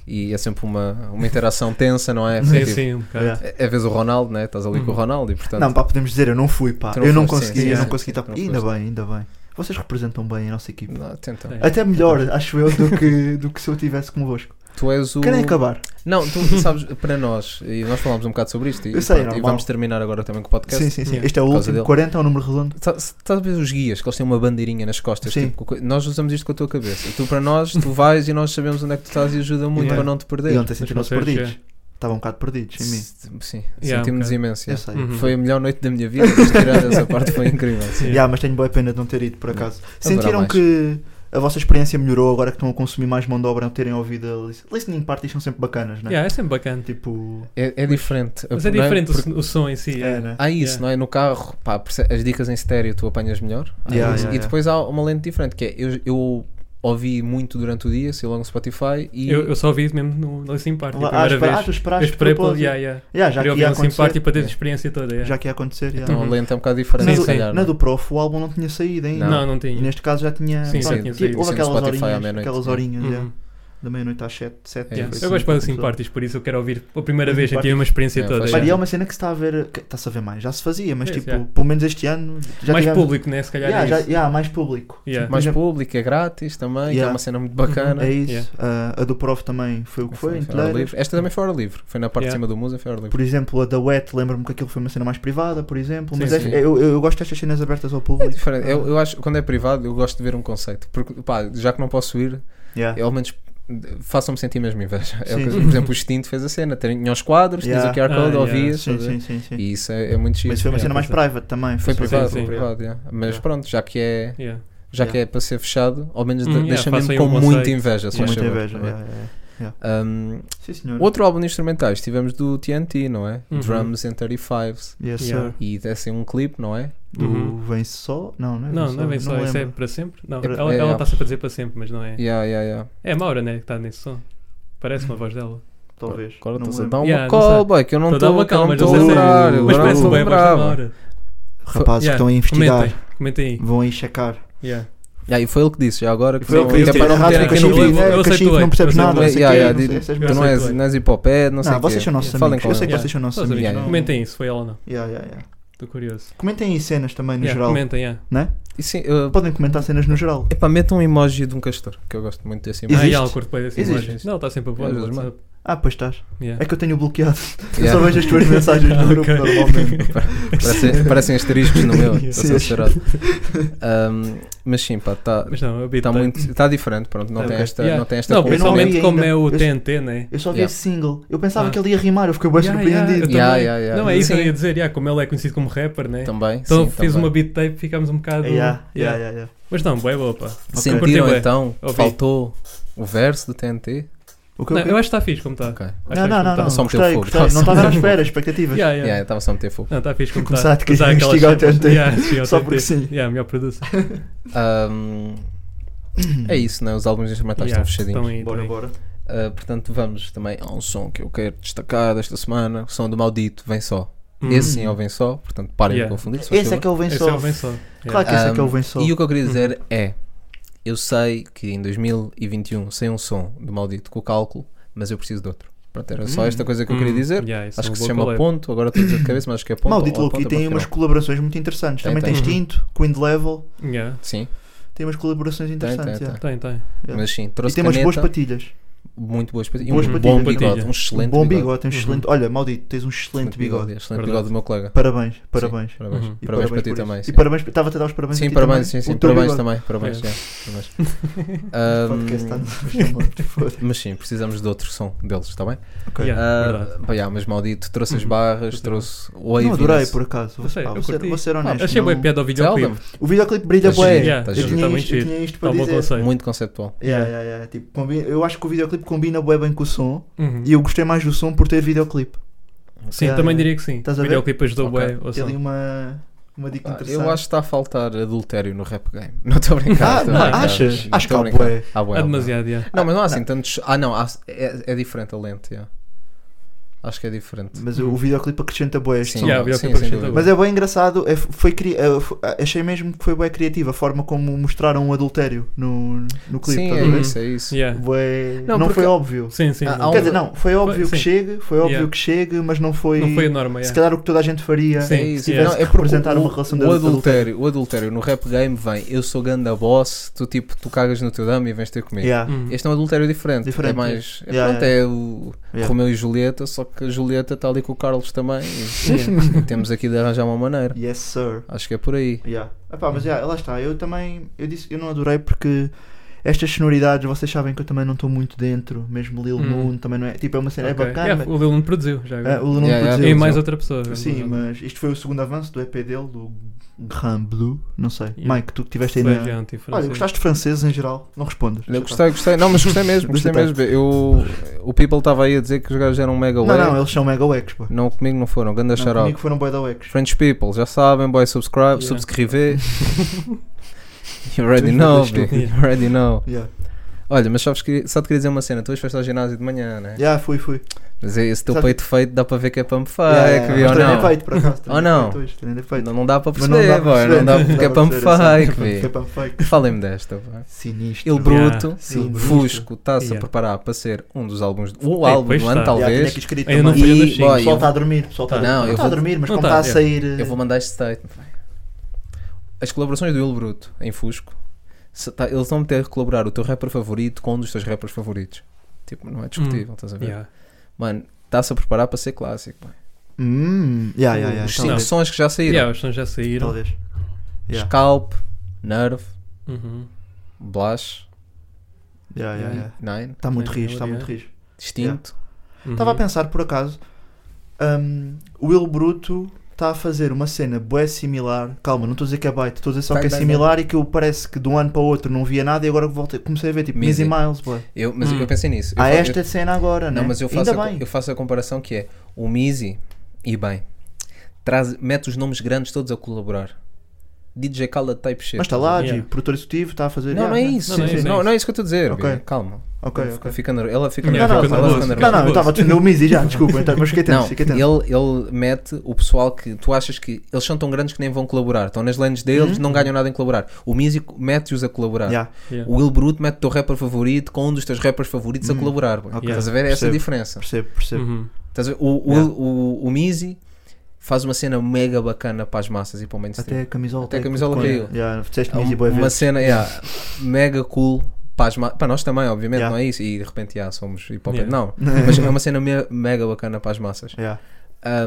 e é sempre uma, uma interação tensa, não é?
Sim,
Porque,
sim, um bocado.
Yeah.
É, é vez o Ronaldo, né? Estás ali com o
Uhum.
Ronaldo e portanto.
Não, pá, podemos dizer, eu não fui, pá.
Tu não
eu não
foste, sim,
consegui,
sim,
eu não
sim,
consegui.
sim,
tá-
tu não
Ainda
foste.
bem, ainda bem. Vocês representam bem a nossa equipe.
Não, tenta.
Sim.
Até melhor,
Então,
acho eu, do que, do que se eu estivesse convosco.
Tu és o.
Querem acabar?
Não, tu sabes, para nós, e nós falámos um bocado sobre isto, e,
Eu sei,
pronto, e
normal.
vamos terminar agora também com o podcast.
Sim, sim, sim.
Yeah.
Este é o
Por causa
último.
dele.
40 é o número redondo.
Tá- Estás a ver os guias que eles têm uma bandeirinha nas costas?
Sim.
tipo, com coi- nós usamos isto com a tua cabeça. E tu, para nós, tu vais e nós sabemos onde é que tu estás e ajuda muito
Yeah.
para não te perder.
E ontem sentiram-se
vocês,
perdidos. Estavam um bocado perdidos em mim.
Sim,
Yeah,
sentimos-nos
ok.
imenso.
Eu
yeah.
sei.
Uhum.
Foi a melhor noite da minha vida, mas tirando essa parte foi incrível. sim.
Yeah, mas tenho boa pena de não ter ido,
Hum.
por acaso. Sentiram
mais.
que a vossa experiência melhorou agora que estão a consumir mais mão de obra, não terem ouvido a lis- listening parties são sempre bacanas, né?
Yeah, é sempre bacana.
Tipo,
É, é diferente.
Mas é
Não
diferente o
Porque
so- o som em si.
é,
é.
né?
Há isso,
Yeah.
não é? No carro, pá, perce- as dicas em estéreo tu apanhas melhor. Há
Yeah,
isso.
yeah,
e
yeah.
depois há uma lente diferente, que é eu, eu ouvi muito durante o dia, sei lá no Spotify, e
Eu, eu só ouvi isso mesmo no no Listen Party, é a
Lá- ah,
primeira
espera-
vez.
ah, tu
Eu
esperaste
esperei
de
pelo.
propósito.
Yeah, yeah.
Yeah, já
Queria
que
ouvir
ia
um Listen Party
acontecer.
para ter a
Yeah.
experiência toda. yeah.
Já que ia acontecer, yeah.
então a
Uhum.
lente é um bocado diferente.
Na,
Sim,
do,
se
sim.
calhar,
na
não é?
do Prof, o álbum não tinha saído ainda.
Não, não tinha.
E neste caso já tinha.
Sim,
pronto,
sim,
tinha-
sim.
Houve
Sim, no
aquelas
Spotify à
horinhas.
meia-noite,
Aquelas
sim.
horinhas,
Uhum.
yeah. da meia-noite às tipo 7, 7
É,
Yeah.
foi
Eu gosto para assim
pessoas.
parties, por isso eu quero ouvir pela primeira
Sim,
vez, eu
parties.
tive uma experiência
É,
toda.
faz
Mas é
yeah.
uma cena que se está a ver, que- está-se a ver mais, já se fazia, mas
Yes,
tipo,
É, yeah.
pelo menos este ano já
Mais
tivemos-
público, né? Se calhar
Yeah,
é
já-
isso.
yeah, mais público.
Yeah.
Mais
Mas-
público, é grátis também, que é
Yeah.
uma cena muito bacana.
É isso.
Yeah.
Ah, a do Prof também foi o que foi, em
ao ar
Telheiras.
livre. Esta também foi ao ar livre. Foi na parte
Yeah.
de cima do museu, foi ao ar livre.
Por exemplo, a da Wet, lembro-me que aquilo foi uma cena mais privada, por exemplo.
Sim,
mas
sim.
é- eu, eu- eu gosto destas cenas abertas ao
É
público.
diferente. Eu, eu acho quando é privado, eu gosto de ver um conceito. Porque, pá, já que não posso ir,
Yeah.
eu, ao menos eh, façam-me sentir mesmo inveja. É o que-
Sim.
por exemplo, o Extinto fez a cena. Tinha os quadros,
Yeah.
tinha o QR Code,
Ah,
ouvia.
Sim, sim, sim, sim.
E isso é, é muito chique.
Mas foi uma
Yeah,
cena mais
pois é.
private também.
Foi
só- assim.
privado,
sim,
foi
sim.
privado, yeah. Mas
Yeah.
pronto, já que é,
Yeah.
já
Yeah.
que é para ser fechado, ao menos de-
Hum, yeah,
deixa mesmo
façam aí
com
um
muita
conceito.
inveja. se
Com
faz
muita
favor,
inveja.
não é?
yeah, yeah, yeah.
Um,
Sim, senhor.
outro álbum de instrumentais tivemos do TNT, não é?
Uhum.
Drums and 35s.
Yes,
Yeah.
sir.
E dessem um clipe, não é?
Do
Uhum.
Vem Só? Não, não é
Não, não é bem
me
só, isso é
lembro.
para sempre? Não,
É-
ela
é-
ela
é.
está sempre a dizer para sempre, mas não é.
Yeah, yeah, yeah.
É a Maura, né? Que está nesse som. Parece uma voz dela.
Talvez.
Agora
Não
estás
me
a
lembro.
dar uma
Yeah, não
call,
sei.
boy, que eu não
Estou a dar
estou
Então uma
que eu
calma,
não estou
não
a
sei se é-
lembrar.
Mas
agora
parece
não
bem a voz da
lembrava.
Maura.
Rapazes
Yeah,
que estão a investigar.
Comentem, comentem aí.
Vão aí checar.
Yeah.
Yeah, e foi ele que disse, já agora que
Foi
foi
ele que
ele que
disse,
é para não
errado,
meter aqui
eu
no
achei-
vídeo.
eu aceito
Cachivo,
hoje,
não percebes
eu
nada, não
aceito
sei o
hoje.
quê,
Yeah,
não sei
yeah,
essas
eu
Tu não
merdas.
és,
aceito
não és hipopé, não sei.
Não,
o quê.
vocês são nossos
Falem
amigos. Eu
com
sei que
ele.
Yeah.
vocês são nossos
Nós
amigos.
amigos.
não-
Comentem isso, foi ela ou não?
Yeah, yeah, yeah.
Estou curioso.
Comentem aí cenas também, no
Yeah,
geral.
Comentem, yeah.
E sim, uh,
Podem comentar cenas no geral.
Epá, mete um emoji de um castor, que eu gosto muito desse emoji.
Ah,
Existe?
e ela curte bem dessa
Existe.
imagem. Não, está sempre a pôr no
Às vezes
WhatsApp.
Ah, pois estás.
Yeah.
É que eu tenho bloqueado. Eu só
Yeah.
vejo as tuas mensagens no grupo
Ok.
normalmente.
Parecem, parecem asteriscos no meu, eu
Sim.
sou cerado. Um, mas sim, pá, está
Mas não, a beat
tá
tá-
muito. Está diferente, pronto, não,
Tá
tem
ok.
esta,
Yeah.
não tem esta
Não,
componente.
principalmente
principalmente
ainda.
como é o
Eu-
TNT, né?
Eu só vi
Yeah.
esse single. Eu pensava
Ah.
que ele ia rimar, eu fiquei bem
Yeah,
surpreendido.
yeah,
yeah, eu também.
yeah, yeah.
Não, é isso que eu
Sim.
ia dizer, yeah, como ele é conhecido como rapper, né?
Também.
Então
sim,
fiz
também.
uma beat tape, ficámos um bocado.
Yeah, yeah,
yeah.
yeah, yeah.
Mas não, bem boa, pá. Curti
Sentiram
bué.
então que
Ouvi.
faltou o verso do TNT?
O que
Não,
eu
eu acho que está fixe como está.
Ok.
Não, não, não, não.
Só meteu
Gostei,
fogo.
gostei. Não estava à espera, expectativas.
Yeah,
Yeah, eu
yeah.
estava só a meter fogo.
Não, está fixe como
Começar
está.
a querer investigar o TNT. Só porque sim.
Yeah, melhor produção.
Um, é isso, né? Os álbuns instrumentais
Yeah,
estão fechadinhos.
estão aí,
Bora,
estão aí.
bora.
Uh, portanto, vamos também a um som que eu quero destacar desta semana: o som do Maldito, vem só.
Hum.
Esse sim é o Vem Só, portanto parem
Yeah.
de confundir. se faz
Esse é
favor.
que é o
Esse é o
Vençol.
bem só. Yeah.
Claro que esse é que é o
Um,
Vençol.
E o que eu queria dizer
Uhum.
é: eu sei que em 2021 sem um som do Maldito com o cálculo, mas eu preciso de outro. Pronto, era só
Hum.
esta coisa que eu queria
Hum,
dizer.
yeah, isso
Acho
é
que
uma
se
boa
chama
collab.
Ponto, agora estou a dizer de cabeça, mas acho que é Ponto.
Maldito
ou
Louco, e
ponta
tem
para
umas
final.
colaborações muito interessantes.
Tem,
Também tem
tem.
Extinto, Queen Level,
Yeah.
Sim,
tem umas colaborações interessantes.
tem,
yeah.
Tem, tem.
Yeah.
mas sim,
E
trouxe
tem umas boas
caneta,
patilhas.
muito boas patilhas. E
Boas
um bom
patilhas.
bigode,
Patilha.
um excelente
bom
bigode.
bigode, tem um excelente. Olha, Maldito, tens um excelente bigode.
Excelente
Verdade.
bigode do meu colega.
Parabéns, parabéns.
Sim, parabéns.
Uhum.
E
Parabéns para ti
por isso.
também.
E
sim.
parabéns, estava a dar os parabéns a
Sim,
ti
parabéns,
também.
sim, sim,
O teu
parabéns
bigode.
também, parabéns,
É.
já, parabéns.
Este
Ahm,
podcast está no-
mas sim, precisamos de outro som deles, está bem?
Ok.
Yeah,
Ah,
É, verdade.
pá, já, mas maldito, trouxe as
Uhum.
barras,
Curti.
trouxe o
Não adorei,
Waviness.
por acaso.
Eu sei,
Pá,
eu
vou, ser,
curti.
vou ser honesto.
Achei bem
não-
piada ao
Zelda,
videoclipe.
O videoclipe brilha
Tá
bué.
giro, tá
eu,
giro.
tinha
Tá muito
isto, eu
giro.
tinha isto para
Está bom
dizer.
conceito.
muito conceptual.
Yeah, yeah, yeah. Tipo, combi- Eu acho que o videoclipe combina bué bem com o som.
Uhum.
E eu gostei mais do som por ter videoclipe.
Sim,
Yeah,
também
yeah.
diria que sim.
Estás a
O
ver?
videoclipe ajudou
Ok.
bem. ao
Tem ali
som.
uma, uma dica
Pá,
interessante.
eu acho que está a faltar adultério no rap game. Não estou a brincar.
Ah,
estou a
não,
brincar.
achas?
Não,
Acho que
estou a
há
brincar.
bué.
Há bué,
É
há bué.
demasiado, yeah.
Não, mas não há assim tantos. Ah, não, há- é, é diferente a lente. já. Acho que é diferente.
Mas o videoclipe acrescenta bué este
Sim,
som.
Yeah, o
sim,
videoclipe
sem
acrescenta
dúvida.
Mas é bem engraçado, é, foi, cri- é, foi- achei mesmo que foi bem criativa a forma como mostraram o adultério no, no um clipe. tá
Sim,
estás a
é
ver?
isso, é isso.
Yeah.
Bué-
Não,
Não,
porque-
foi óbvio.
Sim, sim.
Ah,
não.
há um-
Quer dizer, não, foi óbvio
Sim.
que chegue, foi óbvio
Yeah.
que chegue, mas não foi,
Não foi a norma,
se
yeah.
calhar o que toda a gente faria.
Sim,
é isso.
sim.
Não,
Tivesse
é
que
porque
representar
o,
uma relação de
o
adultério.
adultério, o adultério no rap game vem, eu sou ganda boss, tu tipo, tu cagas no teu dama e vens ter comigo.
Yeah.
Uhum.
Este é um adultério diferente, é
Diferente,
mais. É,
yeah,
pronto,
yeah.
é o
Yeah.
Romeu e Julieta, só que a Julieta está ali com o Carlos também e temos aqui de arranjar uma maneira.
Yes, sir.
Acho que é por aí.
Yeah. Epá, mas yeah, lá está, eu também eu disse eu não adorei porque estas sonoridades vocês sabem que eu também não estou muito dentro, mesmo Lil
Hum.
Moon também não é. Tipo, é uma cena,
Ok.
é bacana.
Yeah, O Lil Nun produziu já
mas- ah,
agora.
o Lil Moon
Yeah, yeah,
produziu.
E
Lil
mais
Nun.
outra pessoa.
Sim, mas isto foi o segundo avanço do EP dele, do Grand Blue, não sei.
Yeah.
Mike, tu que tiveste aí
Foi
na.
adiante,
Olha,
francês.
gostaste de franceses em geral? Não respondes.
Eu gostei, gostei, não, mas gostei mesmo, gostei
Gostei
mesmo. Eu, o People estava aí a dizer que os gajos eram mega
Não,
wack.
não, eles são mega wags, pô.
Não, comigo não foram, ganda
Não,
xarope.
comigo foram bué da wags.
French people, já sabem, boy, subscribe,
Yeah.
subscrever. you already
Tu és
know,
muito
big, you already know.
Yeah.
Olha, mas só, vos queria- só te queria dizer uma cena. Tu hoje foste ao ginásio de manhã, né?
Já, fui, fui.
Mas é esse teu
Só-
peito feito dá para ver que é pump fake,
Ya, ya,
viu?
mas
Ou
treinei
não?
feito, por acaso.
Ou
treinei
não?
feito hoje, treinei feito.
Não, não dá para
Mas não dá
perceber,
para
boy. Não dá
perceber,
porque é
não dá
pump
para perceber,
fake,
sim. É
vi.
pump fake.
Falem-me desta, boy.
Sinistro.
Il Bruto,
Sim,
Sim,
Bruto.
Fusco, está-se a
Yeah.
preparar para ser um dos álbuns, o
É,
álbum
pois
do ano,
está.
Ya, tinha
talvez.
aqui escrito
Ainda não
também.
fui
E,
a das
boy,
cinco.
Pessoal
eu-
está a dormir, pessoal está a
Não,
dormir.
eu
Não está a
vou-
dormir, mas
não tá,
como está
é.
a sair.
Eu vou mandar este statement. vai. As colaborações do Il Bruto em Fusco, se tá- eles vão ter que colaborar o teu rapper favorito com um dos teus rappers favoritos. Tipo, não é discutível, estás a ver?
Hum. Yeah.
Mano, está-se a preparar para ser clássico. boy.
Hum, ya, ya, ya,
Os cinco
talvez,
sons que já saíram:
Yeah, os sons já saíram.
Talvez. Yeah.
Scalp, Nerve,
Uhum.
Blast,
Ya, ya, ya.
Nine,
Está Tá muito
É,
rijo, está
é.
muito rijo.
Distinto.
Uhum.
Estava a pensar, por acaso, hum, o Will Bruto está a fazer uma cena bué similar. Calma, não estou a dizer que é baita, estou a dizer só
Vai,
que é
vai,
similar e que eu parece que de um ano para o outro não via nada e agora voltei, comecei a ver tipo Mizzy
Music.
Miles, boy.
Eu, mas
Hum.
eu pensei nisso. Eu
Há
fa- eu-
Ah, é esta cena agora,
Não,
né?
mas eu faço,
Ainda
a, co-
bem.
eu faço a comparação que é o Mizzy e bem traz, mete os nomes grandes todos a colaborar. DJ Khaled type shit.
Mas está lá,
Yeah.
G, produtor executivo, está a fazer.
Não,
yeah,
não é
yeah.
isso.
Não, não é isso, não é
Não, não é isso que eu estou a dizer.
Ok.
Bia. Calma.
Ok,
Ela
ok.
fica ner- Ela fica
Não,
nervosa.
não,
ela fica
não,
Não,
nervosa.
não, eu estava a defender o Mizzy já, desculpa, então, mas fiquei atento,
Não,
fiquei atento.
ele, ele mete o pessoal que tu achas que eles são tão grandes que nem vão colaborar, estão nas lanes deles, não ganham nada em colaborar. O Music mete-os a colaborar.
Yeah.
Uhum. Yeah.
O Will Bruto mete o teu rapper favorito com um dos teus rappers favoritos a colaborar. boy.
ok.
Estás a ver? Essa é a
Percebo.
diferença.
Percebo, percebo.
Uhum.
Estás a ver? O, o,
Yeah.
o, o Mizzy faz uma cena mega bacana para as massas e para o mainstream.
Até a camisola.
Até a
tem
camisola
tudo com-
caiu.
Yeah,
Há
Fizeste
um-
Mizzy boa
uma
vez.
cena yeah, mega cool para, as ma- para nós também, obviamente,
Yeah.
não é isso? E de repente yeah, somos hip hop.
Yeah.
Não, mas é uma cena me- mega bacana para as massas.
Yeah.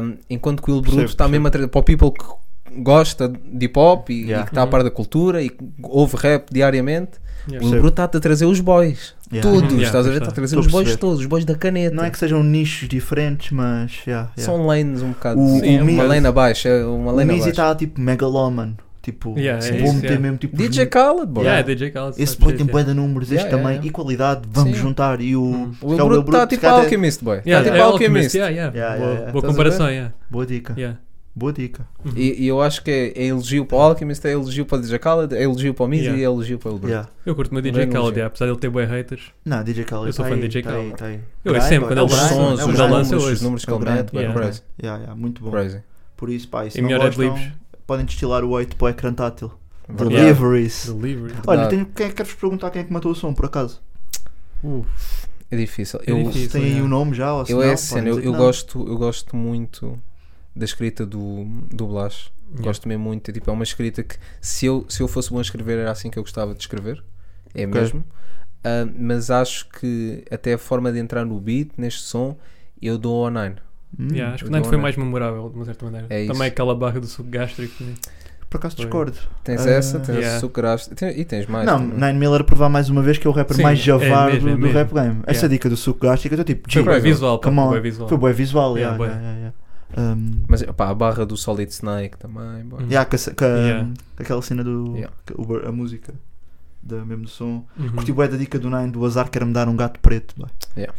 Um, enquanto que o Il
Percebo,
Bruto está mesmo a tra- para o people que gosta de hip hop e,
Yeah.
e que está a par da cultura e que ouve rap diariamente,
Yeah.
o Il
Percebo.
Bruto está a trazer os boys.
Yeah.
Todos,
Yeah,
estás a ver?
pois é.
Está a
está.
trazer
Estou
os
a
boys
perceber.
todos, os boys da caneta.
Não é que sejam nichos diferentes, mas. yeah, yeah.
São lanes um bocado.
O-
Sim,
o
é uma
Miz-
lane abaixo. é Uma
O
lane
Mizzy
abaixo.
está tipo megaloman. Tipo,
Yeah, é
vou
isso,
meter
yeah.
mesmo tipo.
DJ Khaled, boy.
Yeah, DJ Khaled.
Esse
sabe
boi
disso,
tem
yeah.
bué de números, este
Yeah,
também,
yeah, yeah.
e qualidade, vamos
Sim.
juntar. E o.
Hum.
O
se calhar
Will Bruto está
se
tipo
calhar, é-
Alchemist, boy. Está
Yeah,
tipo
é
Alchemist.
Yeah, yeah.
Yeah,
boa
yeah, yeah.
boa
Estás a
comparação, yeah.
Boa dica,
Yeah.
boa dica.
E, e eu acho que é, é elogio para o Alchemist, é elogio para o DJ Khaled, é elogio para o Mizzy
Yeah.
e é elogio para o Will Bruto.
Yeah.
Eu curto o meu
Bem
DJ
elogio.
Khaled, yeah, apesar de ele ter bué haters.
Não, DJ Khaled.
Eu sou
tá
fã
aí,
de DJ
tá aí,
Khaled.
tá aí.
Eu
Brian,
sempre,
boy,
quando
é o
Os
ele
Brian,
sons,
é o
os
lança,
Brian.
eu
números, os
ouço.
números que
É o
ele
Brian,
mete, boy,
yeah.
crazy.
Yeah, yeah, muito bom.
Crazy.
Por isso, pá, se
E
não
melhor é de
gostam,
livros.
podem destilar o 8 para o ecrã tátil.
Verdade.
Deliveries.
Delivery.
Olha,
Verdade.
tenho, quem, quero-vos perguntar quem é que matou o som, por acaso.
Uh,
É difícil.
É
Eu,
difícil. Isso,
Tem aí
yeah.
o nome já? Ou se
eu,
não,
é
podem
essa cena, eu,
dizer que
eu
não.
gosto, eu gosto muito da escrita do, do Blas.
Yeah.
Gosto mesmo muito. É, tipo, é uma escrita que se eu, se eu fosse bom a escrever era assim que eu gostava de escrever. É
Ok.
mesmo. Ah, mas acho que até a forma de entrar no beat, neste som, eu dou ao Nine.
Hum,
yeah, acho que
eu
o Nine
dou
foi
uma-
mais memorável, de uma certa maneira.
É isso.
Também aquela barra do suco gástrico. né?
Por acaso
Foi.
discordo.
Tens
Ah,
essa, tens
yeah.
açúcar ácido, tem- e tens mais.
Não,
também.
Nine Miller a provar mais uma vez que é o rapper
Sim,
mais
é
javar
mesmo, é
do, do
mesmo.
rap game. Essa
Yeah.
dica do suco gástrico, eu estou tipo,
Foi
G,
bué visual, pá,
come on.
foi bué visual.
Foi bué visual,
Yeah,
yeah,
bué.
yeah, yeah, yeah. Um,
Mas pá, a barra do Solid Snake também. boy.
Hum.
yeah, com, essa- com a-
Yeah.
com aquela cena do.
Yeah.
que- o bar- a música, da, mesmo do som.
Uhum.
Curti bué da dica do Nine do azar, quero-me dar um gato preto. bué.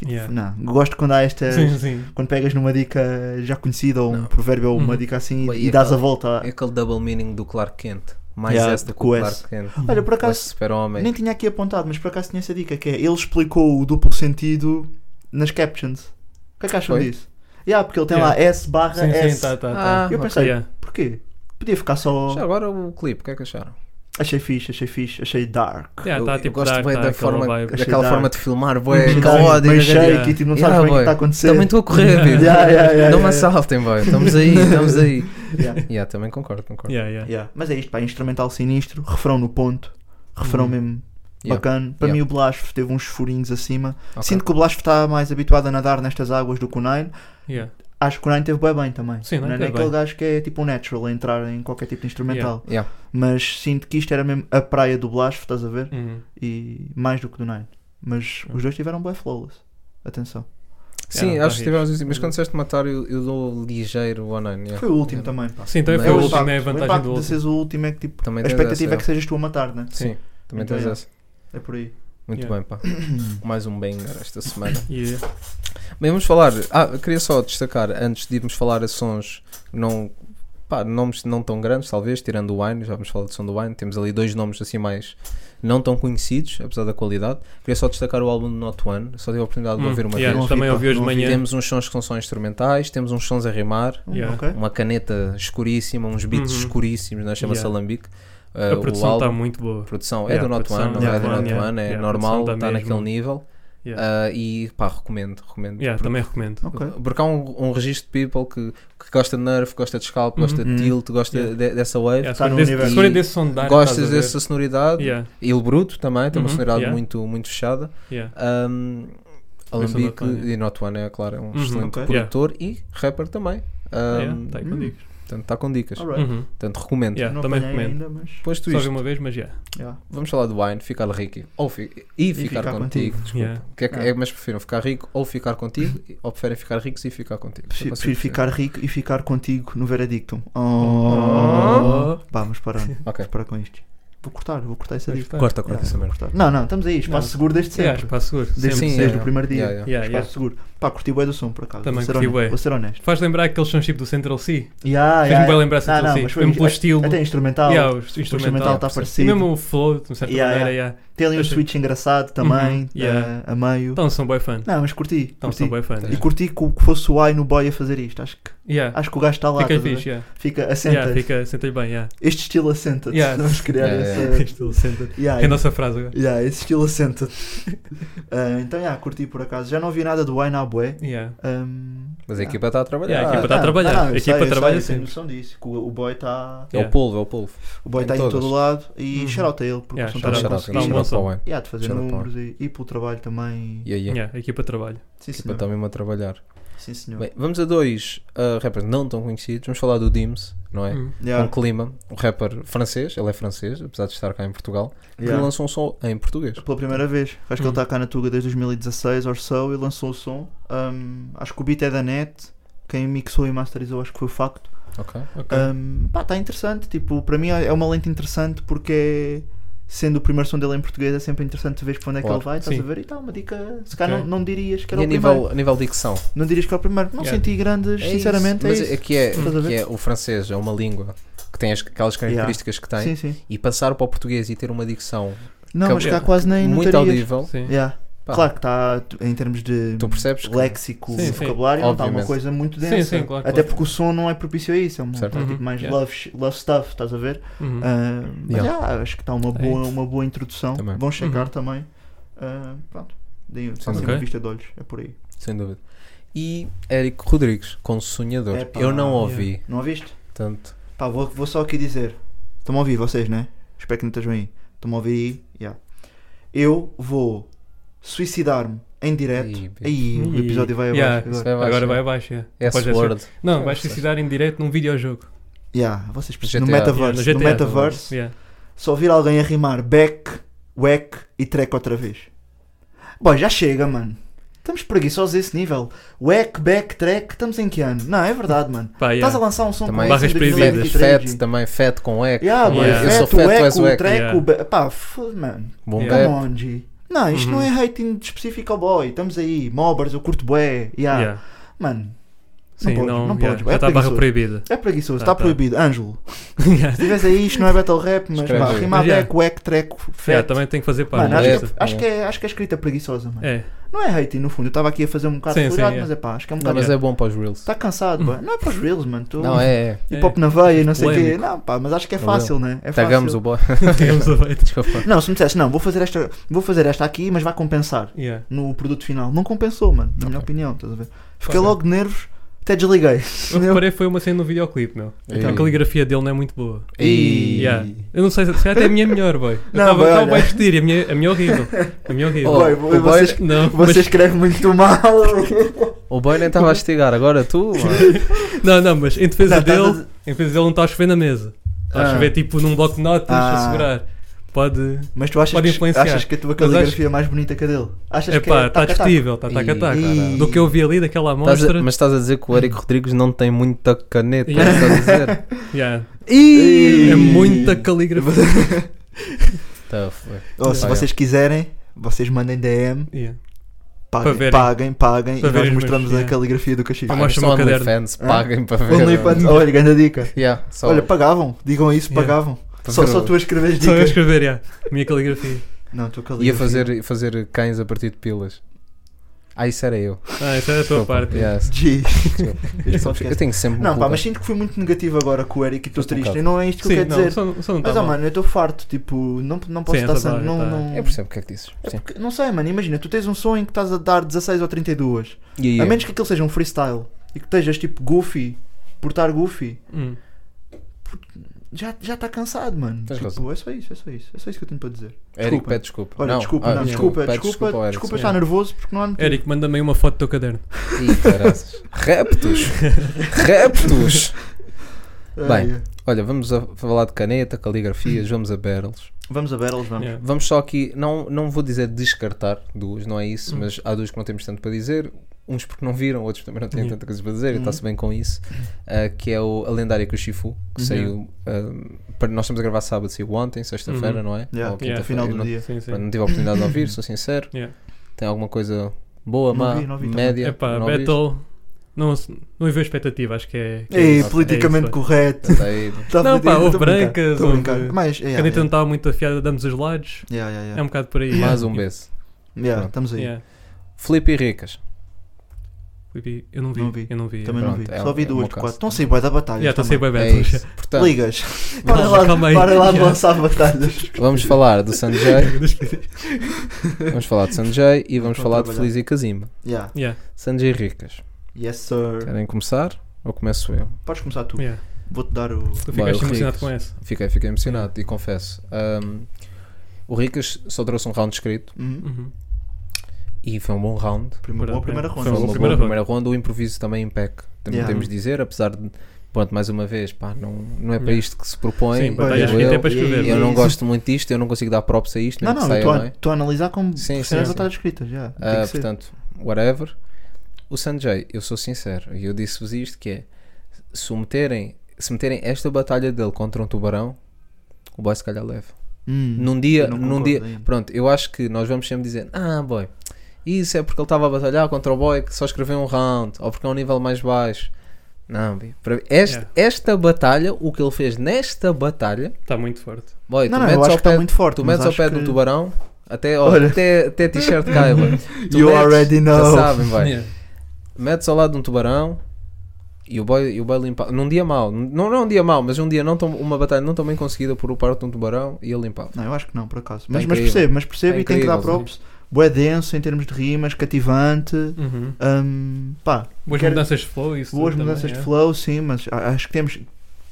Yeah.
Não, gosto quando há esta.
Sim, sim.
Quando pegas numa dica já conhecida ou um
Não.
provérbio ou uma
Uhum.
dica assim
Bué,
e
e
dás a
aquela-
volta.
É aquele double meaning do Clark Kent. Mais
Yeah,
essa do que
com
o
S.
Clark Kent.
Olha, por
Com
acaso,
esse super-homem.
Nem tinha aqui apontado, mas por acaso tinha essa dica que é ele explicou o duplo sentido nas captions. O que é que acham
Foi?
disso? Yeah, porque ele tem lá S barra
Sim,
S.
sim, tá, tá,
Ah,
tá.
Eu
ok.
pensei,
Yeah.
porquê? Podia ficar
Já
só.
agora o clipe, o que é que acharam?
Achei fixe, achei fixe, achei dark.
Yeah,
eu,
tá,
eu
tipo,
gosto
dar,
bem
tá,
da
aquela
forma,
vibe.
daquela
Achei
forma
dark.
de filmar, boé,
Meio
caótica.
meio
gagueira.
shake, e tipo, não
um Yeah,
sabes bem o que
boy. Tá
está a acontecer.
Também estou a correr,
Yeah.
baby.
Yeah, yeah, yeah, yeah.
Não me assaltem, boy. Estamos aí, estamos aí.
Yeah,
yeah, também concordo, concordo.
Yeah, yeah.
yeah. Mas é isto, pá, instrumental sinistro, refrão no ponto, refrão
Uhum.
mesmo
Yeah.
bacana. Para
Yeah.
mim o Blasfo teve uns furinhos acima.
Ok.
Sinto que o Blasfo está mais habituado a nadar nestas águas do que o Nine.
Yeah.
Acho que o Nine teve bem bem também.
Sim, o Nine
Nine é
teve
aquele
bem.
gajo que é tipo um natural a entrar em qualquer tipo de instrumental.
Yeah.
Mas sinto que isto era mesmo a praia do Blasfo, estás a ver?
Uhum.
E mais do que do Nine. Mas os dois tiveram bué flawless. Atenção.
Sim,
Yeah, não,
acho
tá
que tivemos
rixe.
isso. Mas quando disseste matar, eu, eu dou ligeiro o Anani. Yeah.
Foi o último
Yeah.
também. Pá.
Sim, também
Não,
foi
é
o
o
último,
impacto.
é a
o
vantagem do
impacto de
último.
seres o último é que tipo,
Também
a
tens
expectativa
essa,
é que sejas tu a matar, né?
Sim, também
Então,
tens
yeah.
essa.
É por aí.
Muito
Yeah.
bem, pá. Mais um banger esta semana.
Yeah.
Bem, vamos falar. Ah, eu queria só destacar, antes de irmos falar a sons não pá, nomes não tão grandes, talvez, tirando o Wine, já vamos falar de som do Wine. Temos ali dois nomes assim mais não tão conhecidos, apesar da qualidade. Queria só destacar o álbum do Not One, só tive a oportunidade de
Hum,
ouvir uma
yeah,
vez.
Também
Não
ouvi hoje de
vi, pá, não
manhã.
Temos uns sons que são só instrumentais, temos uns sons a rimar,
Hum,
Yeah.
ok.
uma caneta escuríssima, uns beats
Uhum.
escuríssimos, né? chama-se
Yeah.
Alambique. Uh,
A
o
produção está
álbum-
muito boa.
produção é
Yeah,
do Not
produção,
One, não
yeah,
é do Not
yeah,
One, é
yeah,
normal,
produção tá
está
mesmo.
naquele nível.
Yeah.
Uh, e pá, recomendo, recomendo.
Yeah,
Porque-
também recomendo.
Ok.
Porque há um, um registro de people que, que gosta de nerf, gosta de scalp, gosta
Uhum.
de tilt, gosta
Yeah.
de- dessa wave,
Yeah, se
Tá
for
no
desse-
universo.
se for desse som de dar,
gostas
estás a ver?
dessa sonoridade.
Yeah,
E o Bruto também, tem uma
Uhum,
sonoridade
yeah.
muito, muito fechada.
yeah.
Um,
Not
Alambique
One,
e Not One é, claro, é um
Uhum,
excelente
é ok.
produtor e rapper também. Um,
Yeah, tá aí
hum.
contigo.
Portanto, está com dicas.
Alright.
Uhum.
Portanto, recomendo.
Yeah,
Não
também
apanhei
recomendo.
ainda, mas.
Depois tu
Só vi
isto,
uma vez, mas já.
yeah.
vamos falar de wine, ficar rico ou fi- e ficar
ficar
contigo. desculpa.
Yeah.
Que é que-
Ah.
é, mas prefiram ficar rico ou ficar contigo, e- ou preferem ficar ricos e ficar contigo. assim,
Prefiro,
Eu consigo
prefiro
perceber.
ficar rico e ficar contigo no Veredictum. Oh. Pá, vamos parar.
Ok.
Vamos parar com isto. Vou cortar, vou cortar essa dica.
Corta, corta
Yeah,
essa merda.
cortar. Não, não, estamos aí. Espaço
Não.
seguro desde sempre.
Yeah, espaço seguro.
Desde,
sempre.
Sim,
desde
yeah,
o primeiro dia.
yeah, yeah.
Yeah,
Espaço
yeah.
seguro. Pá, curti bué do som, por acaso.
Também
vou, ser
curti bué.
honesto, vou ser honesto.
Faz lembrar aquele som tipo do Central C?
Yeah,
Fez-me tipo
yeah,
bem
yeah.
lembrar
Não,
Central
não,
C.
mas foi-
Mesmo pelo estilo.
Até instrumental.
um Yeah, o
o instrumental
instrumental.
está
percebo.
E
parecido.
mesmo o flow, de uma certa
Yeah,
maneira. yeah.
Tem ali um
Achei-
switch engraçado também,
Uhum, yeah.
eh, a meio.
Então são bem fã.
não, mas curti.
Então
curti.
são bem fã.
E curti que, o- que fosse o Ai no boy a fazer isto. Acho que,
Yeah.
acho que o gajo está lá.
Fica
estás a ver?
fixe, yeah.
Fica, assenta
Yeah, fica, senta-lhe bem, yeah.
Este estilo assenta-te.
Yeah.
Vamos criar
Yeah,
essa.
yeah.
Estilo senta-te.
Yeah,
Que é a nossa frase agora.
yeah, esse estilo assenta-te. Ah, então, yeah, curti por acaso. Já não vi nada do Ai na Bué.
Yeah.
Um,
Mas a
yeah.
equipa está a trabalhar.
Yeah, a equipa tá-
Não,
a trabalhar.
Ah, não, não, eu
A equipa
sei, eu
trabalha
sei, eu tenho
sempre.
noção disso. Que o, o boy está
É o polvo, é o polvo.
o boy
Em
tá em todo
todas.
lado. E
Uhum.
shout out a ele, porque
Yeah,
o som
shout
está
out, shout out.
bem
Dá um
conseguido.
bom som.
E há de fazer
Shout out para
números e, e pelo trabalho também.
E aí,
Yeah, a equipa trabalha.
Sim,
a equipa
senhor.
está mesmo a trabalhar.
Sim, senhor.
Bem, vamos a dois ah, rappers não tão conhecidos. Vamos falar do Dims, não é?
Hum.
Yeah,
Com clima, um rapper francês, ele é francês, apesar de estar cá em Portugal,
yeah.
que lançou um som em português.
Pela primeira vez. Acho que
Hum.
ele está cá na Tuga desde 2016 or so e lançou o som. Um, acho que o beat é da net. Quem mixou e masterizou acho que foi o facto.
Ok.
Ok.
Um, pá, está interessante. Tipo, para mim é uma lente interessante porque é- Sendo o primeiro som dele em português é sempre interessante ver para onde é que
Claro,
ele vai, estás
sim.
a ver? E tal, uma dica. Se calhar
Ok.
não, não dirias que
E
era
a
o primeiro.
nível, a nível dicção,
Não dirias que era o primeiro. Não
Yeah.
senti grandes, sinceramente.
É isso.
é
Mas
isso.
aqui é,
Estás a
aqui
ver?
é o francês, é uma língua que tem as- aquelas características que tem,
Sim, sim.
e passar para o português e ter uma dicção
Não,
Que é
mas
um-
cá quase nem
muito
notarias.
audível,
Sim.
Yeah.
Pá.
Claro que está em termos de
tu percebes que
léxico,
Sim, sim.
vocabulário, não está uma
Obviamente.
coisa muito
Sim,
densa.
sim, claro,
Até
claro.
porque o som não é propício a isso, é um
Certo.
tá, tipo,
Uhum,
mais
yeah.
love, sh- love stuff, estás a ver?
Uhum.
Ah, mas
Yeah.
já, acho que está uma
É
boa,
isso.
uma boa introdução.
Também.
Vão checar
Uhum.
também. Ah, pronto, deem só
Ok.
assim uma vista de olhos, é por aí.
sem dúvida. E Érico Rodrigues, com Sonhador.
Epá,
Eu não
yeah.
ouvi,
Não ouviste?
tanto.
Pá, vou, vou só aqui dizer. Estão a ouvir vocês, né? Espero que não estejam aí. Estão a ouvir aí? Yeah. Eu vou suicidar-me em direto.
Ih, bicho.
aí o
Ih,
episódio vai abaixo.
yeah,
agora.
isso vai abaixo,
Agora
é.
vai abaixo, yeah. Depois é
S-Word.
só- Não, vais
É,
suicidar em direto num videojogo.
Yeah, vocês precisam.
GTA.
No
Yeah,
metaverse,
no GTA.
no metaverse
Yeah.
só ouvir alguém a rimar back, whack e track outra vez. Bom, já chega, mano. Estamos preguiçosos a esse nível. Whack, back, track, estamos em que ano? Não, é verdade, mano.
Pá, yeah.
Estás a lançar um som
Também
com isso em
barras proibidas.
2023,
Fat
G.
também, Fat com eco.
Yeah,
com
boy,
eco. Eu sou
fat,
Fat,
o
tu és
eco, o
eco.
track,
Yeah.
o ba- Pá, foda, mano.
Bom
Yeah.
bap.
Come on, G. Não, isto não é hating específico ao boy. Estamos aí. Mobbers, eu curto bué. Yeah.
Yeah.
Mano,
Sim,
podes,
não,
não
yeah,
podes,
já
é
está a barra
preguiçoso.
proibida.
é preguiçoso.
Tá, tá.
Está proibido. Ângelo,
yeah.
se tiveres aí, isto não é battle rap, mas
Escreve
pá,
aí.
rimar
Mas, yeah.
back, whack, track, fat.
Yeah, também tem que fazer parte.
Mano,
não é?
acho,
é-
que, acho, que é, acho que é escrita preguiçosa, mano.
É,
Não é hate, no fundo. Eu estava aqui a fazer um bocado
Sim,
de furado,
sim, é. Hum.
mas é pá, acho que é um
Não,
bocado.
mas é bom para os Reels.
Está cansado, pá. Não é para os reels, mano. Tu...
Não, é, é.
é.
Hip hop na veia, não sei o quê.
Polémico.
Não, pá, mas acho que é
Não é.
fácil, né? É
Tagamos o
fácil.
boy.
Tagamos o bait.
Desculpa.
Não, se me dissesse, não, vou fazer esta, vou fazer esta aqui, mas vai compensar
Yeah.
no produto final. Não compensou, mano, na minha
Ok.
opinião, estás a ver? Fiquei
Ok.
logo de nervos, até desliguei.
Eu reparei foi uma cena no videoclipe, meu.
Então.
A caligrafia dele não é muito boa.
E...
Yeah. Eu não sei, se se calhar até a minha é melhor, boy. Eu
Não,
estava
boy,
estava
olha.
bem vestir, a minha, a minha é horrível. A minha é horrível.
Oh,
Boy,
o
vocês-
boy-
não,
Você
mas,
escreve muito mal.
O boy nem estava a estigar, agora tu. mano.
não, não, mas em defesa
Não, estás a
dele, em defesa dele não está a chover na mesa. Está a
Ah.
chover tipo num bloco de notas a
Ah.
segurar. Pode.
Mas tu achas
Pode
que,
influenciar.
achas que a tua
Mas acho-
caligrafia é mais bonita que a dele? Achas
É
que é
pá, está
taca-taca?
discutível, está taca-taca.
Ih.
Do que eu vi ali daquela
Estás a-
amostra.
mas estás a dizer que o Érico Rodrigues não tem muita caneta, é
Yeah.
estás a dizer?
Yeah.
Ih.
É muita caligrafia.
Tough, ué.
Ou se
Yeah.
vocês quiserem, vocês mandem DM
Yeah.
Paguem,
verem.
paguem, paguem
Para
e nós
verem os
mostramos
meus,
a
yeah.
caligrafia do cachimbo.
Ah, mostra-me
só
o caderno.
OnlyFans,
Ah.
paguem para ver.
OnlyFans, olha, grande dica.
Yeah, só
Olha, pagavam, digam isso,
Yeah.
pagavam.
para
Só,
ver
só
o-
tu a escreveres
Só eu
dicas.
escrever, yeah. Minha caligrafia.
Não, tu
Ia fazer, fazer cães a partir de pilas. Ah, isso era eu.
Ah, isso é a tua
Desculpa.
parte.
Yeah,
G.
eu,
Este podcast-
tenho sempre
Não, pá,
culpa.
mas sinto que fui muito negativo agora com o Eric e estou
Foste um
triste.
bocado.
E não é isto que eu
Sim,
quero
não,
dizer.
só, só não
Mas,
tá
ó,
mal.
mano, eu estou farto. Tipo, não, não posso
Sim,
estar
essa
sendo.
barra
Não,
tá-
não...
Eu percebo o que é que dizes. Sim.
Porque, não sei, mano, imagina, tu tens um som em que estás a dar 16 ou 32.
E aí,
A menos que aquilo seja um freestyle e que estejas tipo goofy, portar goofy,
Hum.
já está cansado, mano.
Tens
Tipo,
razão.
é só isso, é só isso. É só isso que eu tenho para dizer.
Eric,
desculpa.
pede desculpa.
Olha,
não,
desculpa,
ah,
não, desculpa,
pede
desculpa,
ao
desculpa,
Eric, sim.
estar nervoso porque não há motivo.
Eric, manda-me aí uma foto do teu caderno.
Ih, caraças. Reptos! Reptos!
Ai,
Bem.
é.
Olha, vamos a falar de caneta, caligrafias, vamos a barrels.
Vamos a barrels, vamos.
Yeah.
Vamos só aqui, não, não vou dizer descartar duas, não é
Hum.
isso, mas há duas que não temos tanto para dizer. Uns porque não viram, outros também não
Hum.
têm
Yeah.
tanta coisa para dizer e está-se bem com isso. ah, que é o, a lendária com o Shifu, que
Uhum.
saiu. ah, para, nós estamos a gravar sábado, saiu ontem, sexta-feira,
Uhum.
não é?
Yeah, tipo,
Ou
yeah,
quinta-feira,
final
eu
do
não,
dia.
Sim, sim.
não tive a oportunidade de ouvir, sou sincero.
Yeah.
Tem alguma coisa boa,
Não
má,
vi, não vi também.
média?
Epá,
não ouviste?
Battle. Não, não havia expectativa, acho que é. que é
Ei,
isso.
politicamente
É isso,
correto.
Está aí.
Tá
Não, pá,
fodido,
houve
tô a brincar,
brancas,
tô a brincar.
houve-
Mas,
A
yeah,
caneta não
yeah,
estava muito afiada, damos os lados.
yeah, yeah,
É um
yeah.
bocado por aí.
Mais
é.
um beijo.
Yeah,
Pronto.
estamos aí.
Yeah.
Felipe e Ricas.
Felipe, Eu não vi,
Não vi.
eu não vi.
Também não
Pronto,
vi.
é
Só
um-
vi
é um
duas,
mau caso.
quatro. Estão a sair boa da batalha.
Yeah, tá Estou a sair bem
É
Battles.
isso. Portanto,
Ligas. Para
Calma,
lá,
calma aí.
para lá de
Yeah.
lançar batalhas.
vamos falar do Sanjay, vamos falar do Sanjay e vamos falar de Feliz e Casimba.
Yeah.
Yeah,
Sanjay e Ricas.
Yes, sir.
Querem começar? Ou começo eu?
Podes começar tu.
yeah.
Vou-te dar o.
Tu
Vai,
ficaste
o
emocionado
Ricos.
com essa.
Fiquei, fiquei emocionado e confesso. Ahm, o Ricas só trouxe um round escrito
Uhum.
Uhum.
e foi um bom round.
Primeiro, boa primeira
é. Foi
ronda.
uma boa
Foi uma boa
primeira
primeira ronda. O improviso também impec. Também
Yeah.
temos de dizer, apesar de. Pronto, mais uma vez, pá, não, não é para
Yeah.
isto que se propõe.
Sim, batalhas
digo
que até
eu.
é para escrever.
e-
Eu
mas-
não
Isso.
gosto muito disto, eu não consigo dar props a isto,
Não,
nem
não,
que saia,
estou
não
a,
é?
estou a analisar como
Sim,
cenas
sim, sim.
batalhas escritas. Já. Tem
Ah,
que ser.
portanto, whatever. O Sanjay, eu sou sincero, e eu disse-vos isto: que é se o meterem, se meterem esta batalha dele contra um tubarão, o boy se calhar leva.
Hum,
Uhum. Num dia,
eu não
num
concordo
dia,
ainda.
pronto, eu acho que nós vamos sempre dizer: ah, boy, isso é porque ele estava a batalhar contra o boy que só escreveu um round, ou porque é um nível mais baixo. Não, bi, para- este-
Yeah.
esta batalha, o que ele fez nesta batalha,
Está Tá muito forte.
boy,
não,
tu
não, eu
metes
acho
ao
que está
pé
muito forte.
Tu
mas
metes ao
acho
pé do
que-
tubarão, até, ó,
Olha.
até, até t-shirt caiba. Tu
You
metes,
already
Já
know.
sabem, vai.
Yeah.
Metes ao lado de um tubarão e o boy, e o boy limpa. Num dia mau, não, não um dia mau, mas um dia não tão, uma batalha não tão bem conseguida por o parte de um tubarão e ele limpava.
Não, eu acho que não, por acaso. Mas, mas
Tá incrível.
percebo, mas percebo
Tá
e tenho que dar
incrível,
props. Bué denso em termos de rimas, cativante.
Uhum.
hum, pá,
Boas
Quero-
mudanças de flow, isso.
boas
também,
mudanças de
é.
yeah.
flow, sim, mas a- acho que temos,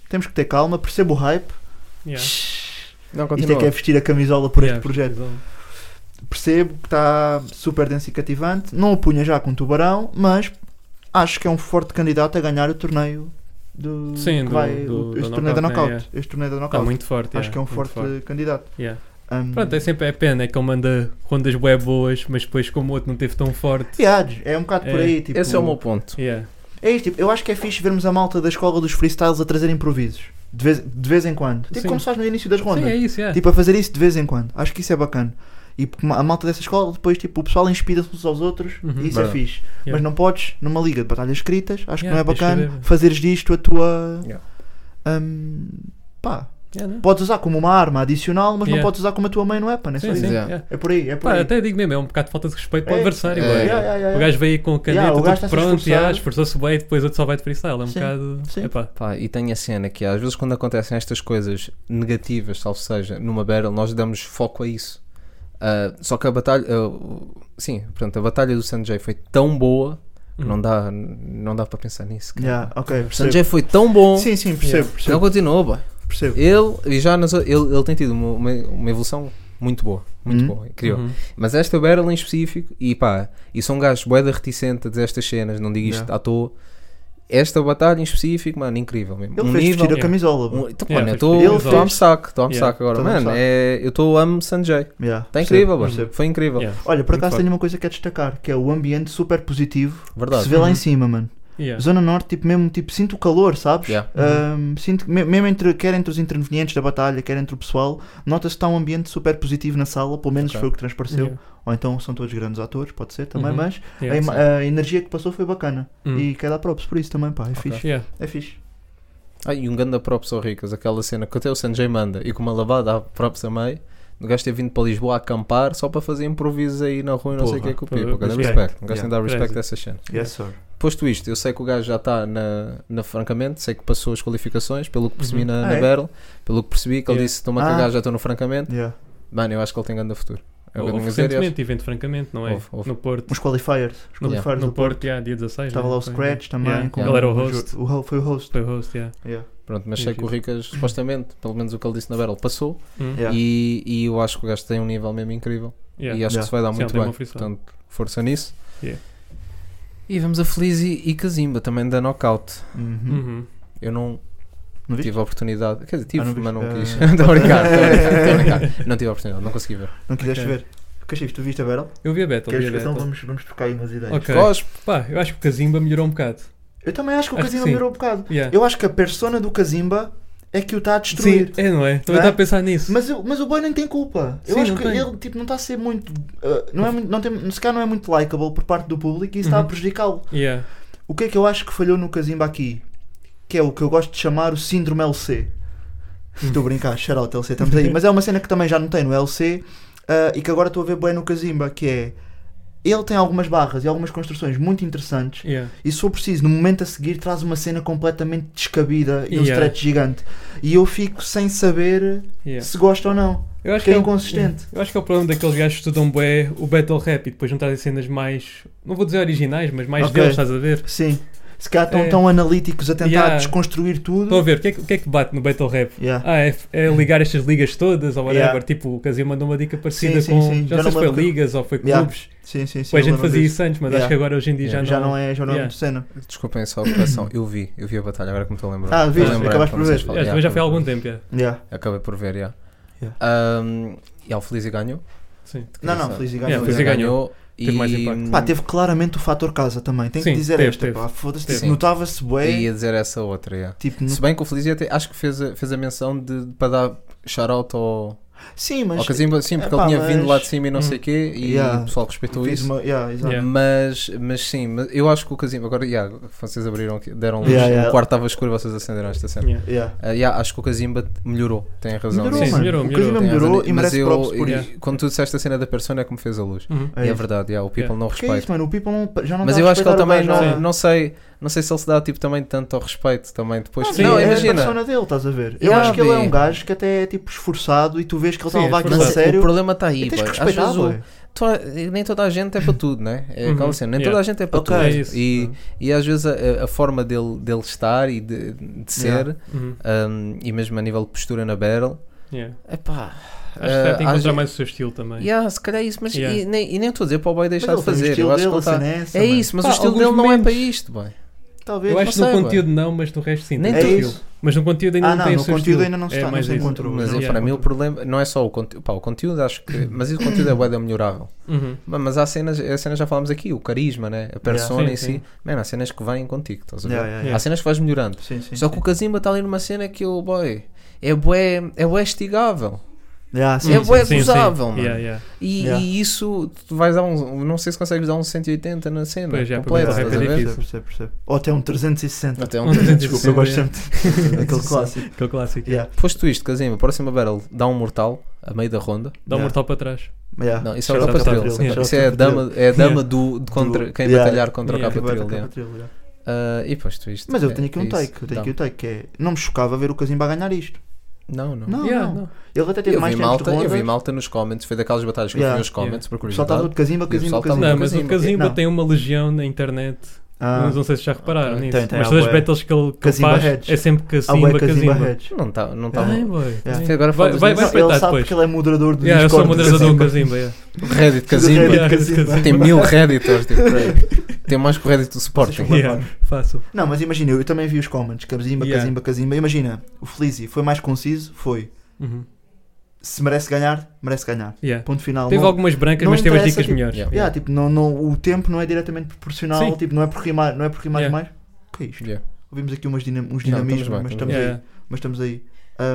temos que ter calma. Percebo o hype.
Yeah.
Isto
Não,
é
continua.
que é vestir a camisola por
Yeah,
este projeto. Percebo que está super denso e cativante. Não o punha já com tubarão, mas acho que é um forte candidato a ganhar o torneio do,
Sim,
que
do-
vai-
do-
o- este
do
torneio da
knockout,
knockout.
né,
Este torneio da
Está
knockout.
muito forte.
acho
yeah,
que é um
muito
forte, candidato.
Yeah.
Um,
Pronto, é sempre a pena, é que ele manda rondas bué boas, mas depois como o outro não teve tão forte.
piados, é um bocado por
É.
aí. Tipo,
Esse é o meu ponto.
Yeah.
é isto, tipo, eu acho que é fixe vermos a malta da escola dos freestyles a trazer improvisos. De vez, de vez em quando. Tipo
Sim.
como se faz no início das rondas.
Sim, é isso, yeah.
Tipo, a fazer isso de vez em quando. Acho que isso é bacana. E porque a malta dessa escola, depois, tipo, o pessoal inspira-se uns aos outros
Uhum.
e isso é
Verdade.
fixe.
Yeah.
Mas não podes, numa liga de batalhas escritas, acho que
Yeah,
não
tens
é
de
bacana
saber.
fazeres disto a tua.
Yeah.
hum, pá,
Yeah, não?
podes usar como uma arma adicional, mas
Yeah.
não podes usar como a tua mãe no weapon. É, só
Sim, sim.
isso.
Yeah.
yeah.
é por aí, é por
Pá,
aí.
até digo mesmo, é um bocado de falta de respeito para o
É,
adversário.
é,
bué.
yeah,
yeah, yeah,
O gajo veio aí com a caneta,
Yeah, o gajo
tudo
está-se a
pronto,
esforçar.
yeah, esforçou-se bem e depois outro só vai de freestyle. É um
Sim,
bocado.
sim.
Epá,
Pá, e tenho a cena que é, às vezes quando acontecem estas coisas negativas, salvo seja, numa battle, nós damos foco a isso. Ah, só que a batalha, ah, o- sim, portanto, a batalha do Sanjay foi tão boa que não dá, não dá para pensar nisso. cara.
Hum. Yeah, ok,
O
percebo.
Sanjay foi tão é bom é
Sim, sim, percebo,
que não
percebo,
continuou, boy.
percebo.
Ele, e já nas, ele, ele tem tido uma, uma, uma evolução muito boa, muito
Uhum.
boa, incrível.
Uhum.
Mas esta Beryl em específico, e pá, e são gajos boeda reticente a dizer estas cenas, não digo isto
Yeah.
à toa. Esta batalha em específico, mano, incrível mesmo.
Ele
um
fez
nível.
vestir a
Yeah.
camisola.
um-
bro.
então,
Yeah,
mano, eu
fez
estou
vestir a
estou a
camisola.
me saco, estou a me
Yeah.
saco agora,
Tô a me
mano.
saco.
É, eu estou amo Sanjay.
Yeah,
Está
percebo,
Tá incrível, mano.
percebo.
Foi incrível.
Yeah.
Olha, por
Muito
acaso
forte.
tenho uma coisa que é destacar, que é o ambiente super positivo que
Verdade.
Uhum.
se vê lá em cima, mano.
Yeah.
Zona Norte, tipo, mesmo, tipo, sinto o calor, sabes?
Yeah.
Um, sinto, que me- mesmo entre, quer entre os intervenientes da batalha, quer entre o pessoal, nota-se que está um ambiente super positivo na sala, pelo menos
Ok.
foi o que transpareceu.
Yeah.
Ou então são todos grandes atores, pode ser também,
Uhum.
mas a,
Yeah.
ima- a energia que passou foi bacana.
Hum.
E quer dar props por isso também, pá, é fixe.
Yeah.
É fixe.
Ah, e um ganda props ao Ricas, aquela cena que até o Sanjay manda e com uma lavada há props a meio. O gajo ter vindo para Lisboa a acampar só para fazer improvisos aí na rua e não sei o que é que o
Porra,
Pipo. Ganda
respeito.
respeito. O gajo tem de
Yeah.
dar respeito
Crazy.
a essas cenas.
Yes, sir.
Posto isto, eu sei que o gajo já está na, na francamente, sei que passou as qualificações, pelo que percebi
Uhum.
na,
Ah,
na
é?
Battle, pelo que percebi que ele
Yeah.
disse, estou-me a
Ah.
cagar, já estou no francamente.
Yeah.
Mano, eu acho que ele tem grande futuro. É o que eu
Houve
tenho a dizer, e acho-
recentemente, evento francamente, não é?
Houve, houve.
No Porto.
Os qualifiers. Os
No-
qualifiers
no
do
Porto, yeah, dia 16.
Estava
né?
lá o
Foi.
Scratch também.
Yeah.
com
Ele era o host.
o ho- foi o host.
Foi o host, yeah.
Yeah.
Pronto, mas
Sim,
sei que o
sim.
Ricas, supostamente, pelo menos o que ele disse na Battle, passou.
Hum.
Yeah.
E, e eu acho que o gajo tem um nível mesmo incrível.
Yeah.
E acho que
Yeah.
se vai dar
Sim, ele
muito
tem
bem.
uma frição.
Portanto, força nisso.
Yeah.
E vamos a Felizzi e Kazimba, também da Knockout.
Uhum.
Uhum.
Eu não
Não viste?
tive a oportunidade. Quer dizer,
Ah,
tive,
não viste?
mas não
Ah.
quis. Estou a brincar, estou a brincar, estou a brincar. Não tive a oportunidade, não consegui ver.
Não quiseste
Ok.
ver. Cachifes, tu viste a Battle?
Eu vi a Battle.
Queres
vi a
que então
Battle.
vamos, vamos trocar aí umas ideias.
Ok.
Cospe,
Pá, eu acho que o Kazimba melhorou um bocado.
Eu também acho que o
Acho que
Kazimba
sim.
melhorou um bocado.
Yeah.
Eu acho que a persona do Kazimba é que o está a
Sim,
destruir.
é, não é? Também
Não é?
estava a pensar nisso.
Mas, eu- mas o boy nem tem culpa. Eu
Sim,
acho
não
que
tem.
ele tipo, não está a ser muito. uh, não é muito não tem, se calhar não é muito likeable por parte do público e isso está a
Uhum.
prejudicá-lo.
Yeah.
O que é que eu acho que falhou no Kazimba aqui? Que é o que eu gosto de chamar o síndrome LC.
Hum.
Estou a brincar, shoutout LC, estamos aí. Mas é uma cena que também já não tem no LC ah, e que agora estou a ver bem no Kazimba, que é. Ele tem algumas barras e algumas construções muito interessantes
Yeah.
e se for preciso, no momento a seguir traz uma cena completamente descabida e um
Yeah.
stretch gigante. E eu fico sem saber
Yeah.
se gosta ou não.
Eu acho
que é
o-
inconsistente.
Eu acho que é o problema daqueles gajos que estudam bué o battle rap e depois não trazem cenas mais, não vou dizer originais, mas mais
Ok.
deles, estás a ver?
Sim. Se calhar estão
É.
tão analíticos a tentar
Yeah.
desconstruir
Estou a
tudo.
ver, o que, é que, o que é que bate no battle rap?
Yeah.
Ah, é, é ligar estas ligas todas ou whatever,
Yeah.
tipo o Casil mandou uma dica parecida
Sim, sim,
com,
sim.
já não sei se
Já não
foi
lembro que-
ligas ou foi
Yeah.
clubes,
Sim, sim, sim.
Pois a
eu
gente
lembro
fazia
disso.
isso antes, mas
Yeah.
acho que agora hoje em dia
Já,
já, não...
é, já não é
Yeah.
muito cena.
desculpem só a correção. Eu vi, eu vi a batalha, agora que me estou a lembrar.
Ah, viste?
Estou a lembrar
Acabaste por
quando vocês
ver?
falam.
Yeah, É, também já foi há algum
acabei
tempo, yeah.
Yeah.
por- Acabei por ver, já.
Yeah.
Ahm, e ao Felizzi ganhou.
Sim.
Não, não,
Sim.
Felizzi
Yeah,
ganhou.
Felizzi
yeah.
ganhou. E,
Teve mais impacto.
Pá, teve claramente o fator casa também. Tenho
Sim,
que dizer
teve,
esta,
teve.
pá. Foda-se.
Teve.
tipo, Notava-se bué.
Ia dizer essa outra, já.
Tipo,
Se
no-
bem que o Felizzi até acho que fez a, fez a menção de, para dar shout-out ao,
Sim, mas.
ao Kazimba, sim, porque
epá,
ele tinha vindo lá de
mas-
cima e não
Hum.
sei o quê, e
Yeah.
o pessoal respeitou
fiz
isso.
uma- yeah, exato.
Yeah.
Mas, mas sim, mas eu acho que o Kazimba, agora, yeah, vocês abriram, aqui, deram luz,
Yeah, yeah.
o quarto estava escuro e vocês acenderam esta cena.
Yeah.
Yeah.
Ah, yeah, acho que o Kazimba melhorou, tem razão.
Melhorou,
nisso.
Sim,
mano.
melhorou,
o
melhorou.
Kazimba
Tem razão
melhorou
nisso.
e merece
eu-
props por
eu-
isso.
Quando tu disseste a cena da persona é que me fez a luz.
Uhum.
E é verdade, yeah, o people
Yeah.
não
Que é
respeita.
isso, mano? O People não, já não
Mas
tá a
eu acho que
respeitar
ele também
o
não,
gajo,
não é?
não sei, não sei se ele se dá tipo também tanto ao respeito também depois.
Ah, sim,
não,
é a
imagina.
persona dele, estás a ver? Eu
Yeah,
acho que ele é
B.
um gajo que até é tipo esforçado e tu vês que ele está a
Sim,
levar aquilo a
Mas o
sério.
problema é está
E tens
aí, boy.
que é.
Às
respeitar,
vezes o-
boy.
to- nem toda a gente é para tudo, né? É
Uhum.
aquela cena, nem toda
Yeah.
a gente é para
Ok.
tudo.
É isso.
E, e às vezes a, a forma dele, dele estar e de, de ser,
Uhum.
um, e mesmo a nível de postura na battle,
Yeah.
epá,
Acho que já tem
eh,
que
às
encontrar
ve-
mais o seu estilo também.
Yeah, se calhar é isso, mas
Yeah.
e, nem, e nem estou a dizer para o boy
Mas
deixar
ele
de
tem o
fazer.
estilo
Eu acho que
dele, assim, né?
ele
a
está.
cena essa,
É
mano.
isso, mas
Pá,
o estilo
alguns
dele não é
momentos-
para isto, boy.
Talvez.
Eu acho que
não
no
sei,
conteúdo não, mas no resto sim.
Nem
tem
é
estilo.
isso.
Mas no conteúdo ainda
Ah,
não
não,
tem o
no
seu
conteúdo
estilo.
ainda não se
É
está, não
mais
se
isso.
encontrou.
Mas
não,
é, para
yeah.
mim o problema não é só o conteúdo, pá, o conteúdo acho que. Mas o conteúdo é bué da melhorável.
Uhum.
Mas- Mas há cenas, há cenas já falámos aqui, o carisma, né? a persona
Sim,
em si.
sim.
Mano, há cenas que vêm contigo, estás a ver?
Yeah, yeah,
Há
yeah.
cenas que vais melhorando.
Sim, sim.
Só que o Kazimba está ali numa cena que o boy é bué, é bué estigável.
Yeah, sim,
é
sim.
bué
Sim, sim.
acusável, mano.
Yeah, yeah.
E,
Yeah.
e isso tu vais dar um. Não sei se consegues dar um 180 na cena.
Pois é,
completa,
porque
Yeah,
é
estás a ver?
difícil.
percebo, percebo, percebo. Ou até um 360.
Até um
Um
Desculpa,
360,
eu gosto
yeah.
sempre daquele clássico.
Aquele clássico.
Yeah,
Posto isto, Kazimba, próxima battle dá um mortal a meio da ronda.
Dá um
Yeah.
mortal para trás.
yeah.
Não, isso é o
Shout
capa
out ao
Trill.
Capatril,
sim.
yeah.
Isso é a dama, é a dama do, de contra,
Do-
quem
yeah.
batalhar contra
Yeah.
o capa
Vai
Trill.
dar
yeah.
Capatril, yeah.
Ah, e posto isto.
Mas eu
é-
tenho aqui
é
um
isso.
take, eu tenho
Dá.
aqui um take que é. Não me chocava ver o Casimba a ganhar isto.
Não, não.
Ah, Não,
Yeah,
não. Ele até teve
eu,
mais
vi
tempo de
malta, eu vi
ronda.
malta nos comments, foi daquelas batalhas que
Yeah.
eu "Ah, vi os comments, por
Só tá estava
curiosidade.
de Casimba,
E o
Casimba,
pessoal tava-
Casimba.
Não, mas o
Kazimba.
Kazimba
Não.
tem uma legião na internet.
Ah,
Não sei se já repararam
ok.
nisso.
Tem, tem,
mas
há
todas as
bué.
battles que ele que
Kazimba
faz
Heads.
é sempre
há bué
Kazimba,
Casimba
Kazimba.
Heads. É.
Não tá, não tava.
Ai, boy.
Yeah.
Agora
Vai-
falas
vai-
nisso.
Não, ele
espreitar
sabe
depois.
que ele é moderador do
Yeah, eu sou o
Discord do
moderador do
Kazimba.
Kazimba. yeah.
Reddit
Reddit
Kazimba.
Yeah,
É Kazimba.
Tem mil Redditors, tipo. Tem mais que o Reddit do Sporting.
Vocês-
Yeah, Fácil.
Não, mas imagina, eu também vi os comments, Kazimba,
Yeah.
Kazimba, Kazimba. Imagina, o Flizzy foi mais conciso, foi.
Uhum.
Se merece ganhar, merece ganhar.
Yeah.
Ponto final.
Teve
não,
algumas brancas,
não
mas teve as
interessa,
dicas
tipo,
melhores.
Yeah.
Yeah, tipo, não, não, o tempo não é diretamente proporcional,
Sim.
tipo, não é por rimar, não é por rimar
Yeah.
mais. que é isto?
Yeah.
Ouvimos aqui umas dinam- uns
Não, estamos
dinamismos,
bem,
mas,
estamos
estamos
bem.
aí, mas estamos aí.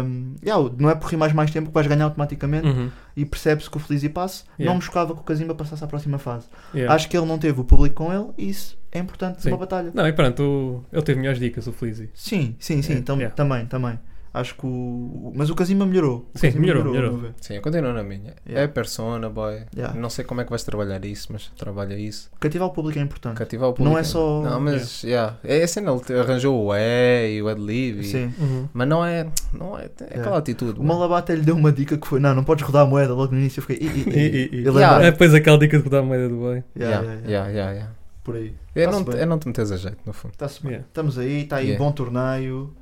Um, yeah, o- não é por rimar mais tempo que vais ganhar automaticamente
Uhum.
e percebe-se que o Felizzi passe.
Yeah.
Não me chocava que o Casimba passasse à próxima fase.
Yeah.
Acho que ele não teve o público com ele e isso é importante
Sim.
numa batalha.
Não, e pronto, o- ele teve melhores dicas, o Flizzy.
Sim, sim, sim,
Yeah,
tam-
yeah.
também, também. Acho que o. o- Mas o Casimba melhorou. O
Sim,
Casimba
melhorou,
a
melhorou.
meu ver.
Sim, eu continuo na minha.
Yeah.
É persona, boy.
Yeah.
Não sei como é que vais trabalhar isso, mas trabalha isso.
Cativar o público é importante.
Cativar o público.
Não é só-
Não, mas, yeah. É a cena, ele te- arranjou o E e o Adlib. E...
Sim.
Mas não é. Não é, é aquela atitude.
O
mano.
Malabata lhe deu uma dica que foi: não, não podes rodar a moeda logo no início. Eu fiquei. "Ih, ih, ih".
E, e,
Eu
Yeah.
lembrei.
É depois aquela dica de rodar a moeda do bem.
Yeah, yeah,
Yeah,
yeah.
yeah, yeah, yeah.
Por aí.
É
Tá-se
não, te-
bem.
é não te meteres a jeito, no fundo.
Tá-se bem.
Yeah.
Estamos aí, está aí um
Yeah.
bom torneio,